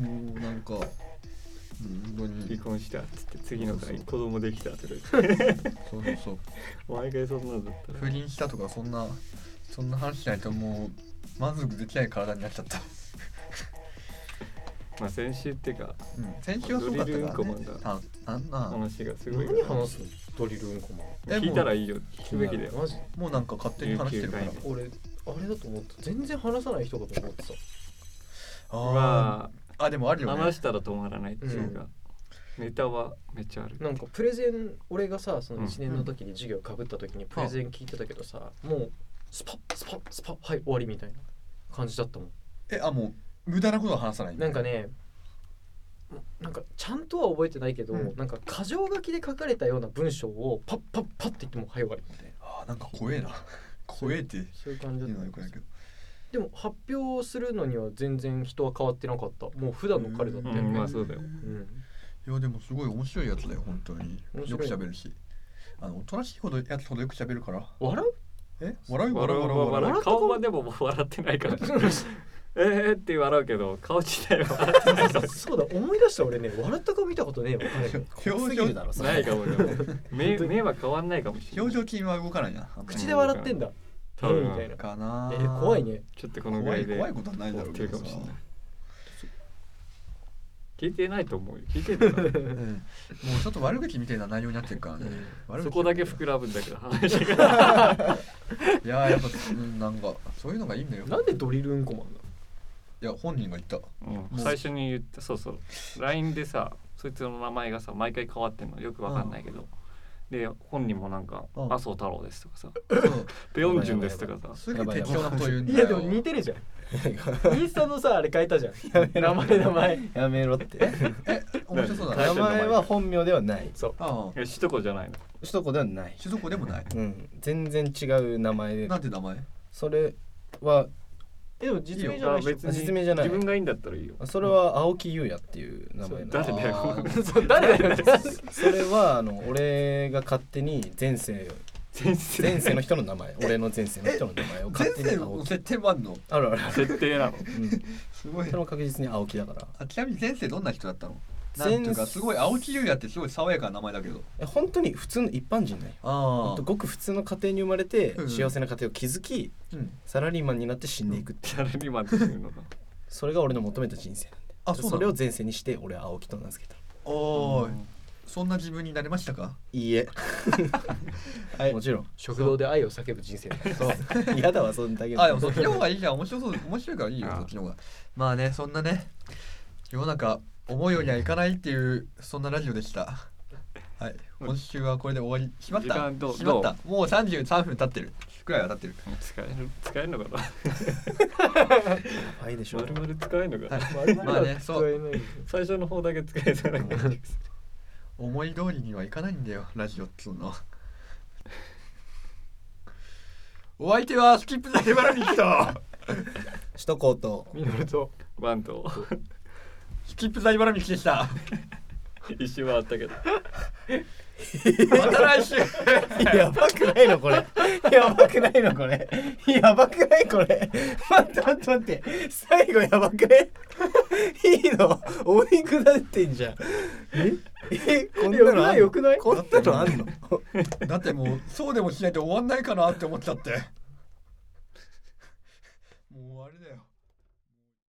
Speaker 4: が
Speaker 1: もうなんか本当に
Speaker 2: 離婚したっつって次の回子供できたとか言って
Speaker 1: そうそうそう
Speaker 2: 毎回そんなのだったら
Speaker 1: 不倫したとかそんなそんな話しないともう満足できない体になっちゃった、
Speaker 2: まあ先週っていうか
Speaker 1: うん、先週はそうだったか
Speaker 2: ド
Speaker 1: ら、
Speaker 2: リル
Speaker 1: ね
Speaker 2: うんこマン、
Speaker 1: ああんな
Speaker 2: 話がすごい
Speaker 4: 何話すのドリルうんこ
Speaker 1: え
Speaker 2: 聞いたらいいよ聞く
Speaker 4: マン
Speaker 2: べきだよ
Speaker 4: マジ
Speaker 1: もうなんか勝手に話してるから
Speaker 2: 19回目
Speaker 4: 俺あれだと思った全然話さない人かと思ってた
Speaker 2: ま
Speaker 1: あーあでもある
Speaker 2: あ
Speaker 1: よね
Speaker 2: 話したら止まらないっていうかネタはめっちゃある
Speaker 4: なんかプレゼン俺がさその
Speaker 2: うん
Speaker 4: 1年の時に授業かぶった時にプレゼン聞いてたけどさ、もうスパッスパッスパッはい終わりみたいな感じだったもん
Speaker 1: えあもう無駄なことは話さない
Speaker 4: なんかねなんかちゃんとは覚えてないけど、
Speaker 1: うん
Speaker 4: なんか箇条書きで書かれたような文章をパッパッパッって言ってもうはい終わりみたいな
Speaker 1: あーなんか怖えな 怖えって言
Speaker 4: そういう感じ
Speaker 1: う
Speaker 4: だっ
Speaker 1: の
Speaker 4: た
Speaker 1: は
Speaker 4: んで
Speaker 1: よくないけど
Speaker 4: でも発表するのには全然人は変わってなかったもう普段の彼だったよね、
Speaker 2: う
Speaker 4: うんん
Speaker 2: まあそうだよ
Speaker 1: いやでもすごい面白いやつだよ本当に
Speaker 4: 面
Speaker 1: よ
Speaker 4: 白
Speaker 1: く
Speaker 4: い
Speaker 1: 喋るしあのおとなしいほどやつほどよく喋るから
Speaker 4: 笑う
Speaker 1: え笑う笑
Speaker 2: 笑う
Speaker 1: う
Speaker 2: 笑
Speaker 1: 笑う
Speaker 2: う
Speaker 1: 笑う
Speaker 2: 笑う顔はでももう笑ってないからえーって笑うけど顔自体は笑ってないと
Speaker 4: そうだ思い出した俺ね笑った顔見たことねえわ彼の
Speaker 5: 怖すぎるだろそれ
Speaker 2: ないかもね目目は変わんないかもしれない
Speaker 1: 表情筋は動かないなあんまり
Speaker 4: 口で笑ってんだ
Speaker 2: 多
Speaker 4: う
Speaker 2: 分
Speaker 4: んみたいな
Speaker 1: かな
Speaker 4: え
Speaker 1: あ
Speaker 4: ー怖いね
Speaker 2: ちょっとこのぐ
Speaker 1: 怖
Speaker 2: ら
Speaker 1: い
Speaker 2: いで
Speaker 1: 怖いことはないだろう
Speaker 2: 終
Speaker 1: け
Speaker 2: わってるか
Speaker 1: どさ
Speaker 2: もしれない聞いてないと思うよ聞いてるか
Speaker 1: うんもうちょっと悪口みたいな内容になってるからね
Speaker 2: ら
Speaker 1: 悪口
Speaker 2: そこだけ膨らむんだけど話が
Speaker 1: いやーやっぱ、うん、なんかそういうのがいいんだよ
Speaker 4: なんでドリルうんこマンなの
Speaker 1: いや本人が言った
Speaker 2: うん最初に言ったそうそう LINE でさそいつの名前がさ毎回変わってんのよくわかんないけど、で本人もなんか「
Speaker 1: うん
Speaker 2: 麻生太郎です」とかさ
Speaker 1: そう
Speaker 2: 「ペヨンジュンです」とかさ
Speaker 1: すぐ適当なこと言うん
Speaker 4: い
Speaker 1: だ
Speaker 4: や
Speaker 1: よ
Speaker 4: でも似てるじゃん インスタのさあれ変えたじゃん名前名前
Speaker 5: やめろって
Speaker 1: 面白そうだ
Speaker 2: 大
Speaker 1: ね
Speaker 5: 名
Speaker 2: 丈夫
Speaker 5: 前は本名ではない
Speaker 1: ああ
Speaker 2: えしとこじゃないの
Speaker 5: 首都高ではない
Speaker 1: 種族でもない
Speaker 5: うん全然違う名前で
Speaker 1: なんて名前
Speaker 5: それは
Speaker 4: えでも実名じゃ
Speaker 2: あ
Speaker 4: ないでし
Speaker 2: 別に
Speaker 5: 実名じゃない
Speaker 2: 自分がいいんだったらいいよ
Speaker 5: それは青木優也っていう名前な
Speaker 2: 誰
Speaker 5: の
Speaker 2: だよ
Speaker 1: あー
Speaker 4: ょ そう誰だよ
Speaker 5: それはあの俺が勝手に前世
Speaker 2: 全然
Speaker 5: 前世の人の 名前俺の前世の人の名前
Speaker 1: 前
Speaker 5: を勝手に
Speaker 1: 世
Speaker 5: 青
Speaker 1: の
Speaker 5: 木
Speaker 1: 設定もあんの
Speaker 5: ある あるある、
Speaker 2: 設定なの
Speaker 5: うん、
Speaker 1: すごい
Speaker 5: それも確実に青木だから
Speaker 1: あちなみに前世どんな人だったのなんていうか
Speaker 5: 前
Speaker 1: すごい青木優也ってすごい爽やかな名前だけど
Speaker 5: え本当に普通の一般人なんよ
Speaker 1: あ
Speaker 5: ほんとごく普通の家庭に生まれて
Speaker 1: うん
Speaker 5: 幸せな家庭を築き
Speaker 1: うん、
Speaker 5: サラリーマンになって死んでいくっていう
Speaker 2: サラリーマンっていうのが
Speaker 5: それが俺の求めた人生なんで
Speaker 1: あ
Speaker 5: そ
Speaker 1: そうな
Speaker 5: れを
Speaker 1: の
Speaker 5: 前世にして俺は青木と名付けた
Speaker 1: おーいそんな自分になれましたか
Speaker 5: いいえ、
Speaker 1: はい
Speaker 5: もちろん
Speaker 4: 食堂で愛を叫ぶ人生
Speaker 5: 嫌だわそんだけ
Speaker 1: あでもそっちの方がいいじゃん面白そう面白いからいいよ
Speaker 2: ああ
Speaker 1: そっちの方がまあねそんなね世の中思うようにはいかないっていうそんなラジオでしたはい今週はこれで終わりしまっ
Speaker 2: 時
Speaker 1: た
Speaker 2: 間どう
Speaker 1: しまったもう33分経ってるくらいは経ってる
Speaker 2: 使える使えるのかな
Speaker 5: やばいでしょ
Speaker 2: まるまる使えるのかな
Speaker 1: まあねそう
Speaker 2: 最初の方だけ使えたら
Speaker 1: うん思い通りにはいかないんだよラジオっつうのはお相手はスキップだけばらみきと
Speaker 5: 首都高と
Speaker 4: ミノルと
Speaker 2: バント
Speaker 1: スキップザイバラミキでした。
Speaker 2: 一周回ったけど
Speaker 1: また来週。
Speaker 5: やばくないの これやばくないのこれやばくないこれ待って待って待って最後やばくね いいの追い下ってんじゃんええこんなのあんの
Speaker 4: よくないよくない
Speaker 5: こんなのあんの
Speaker 1: だってもうそうでもしないと終わんないかなって思っちゃって。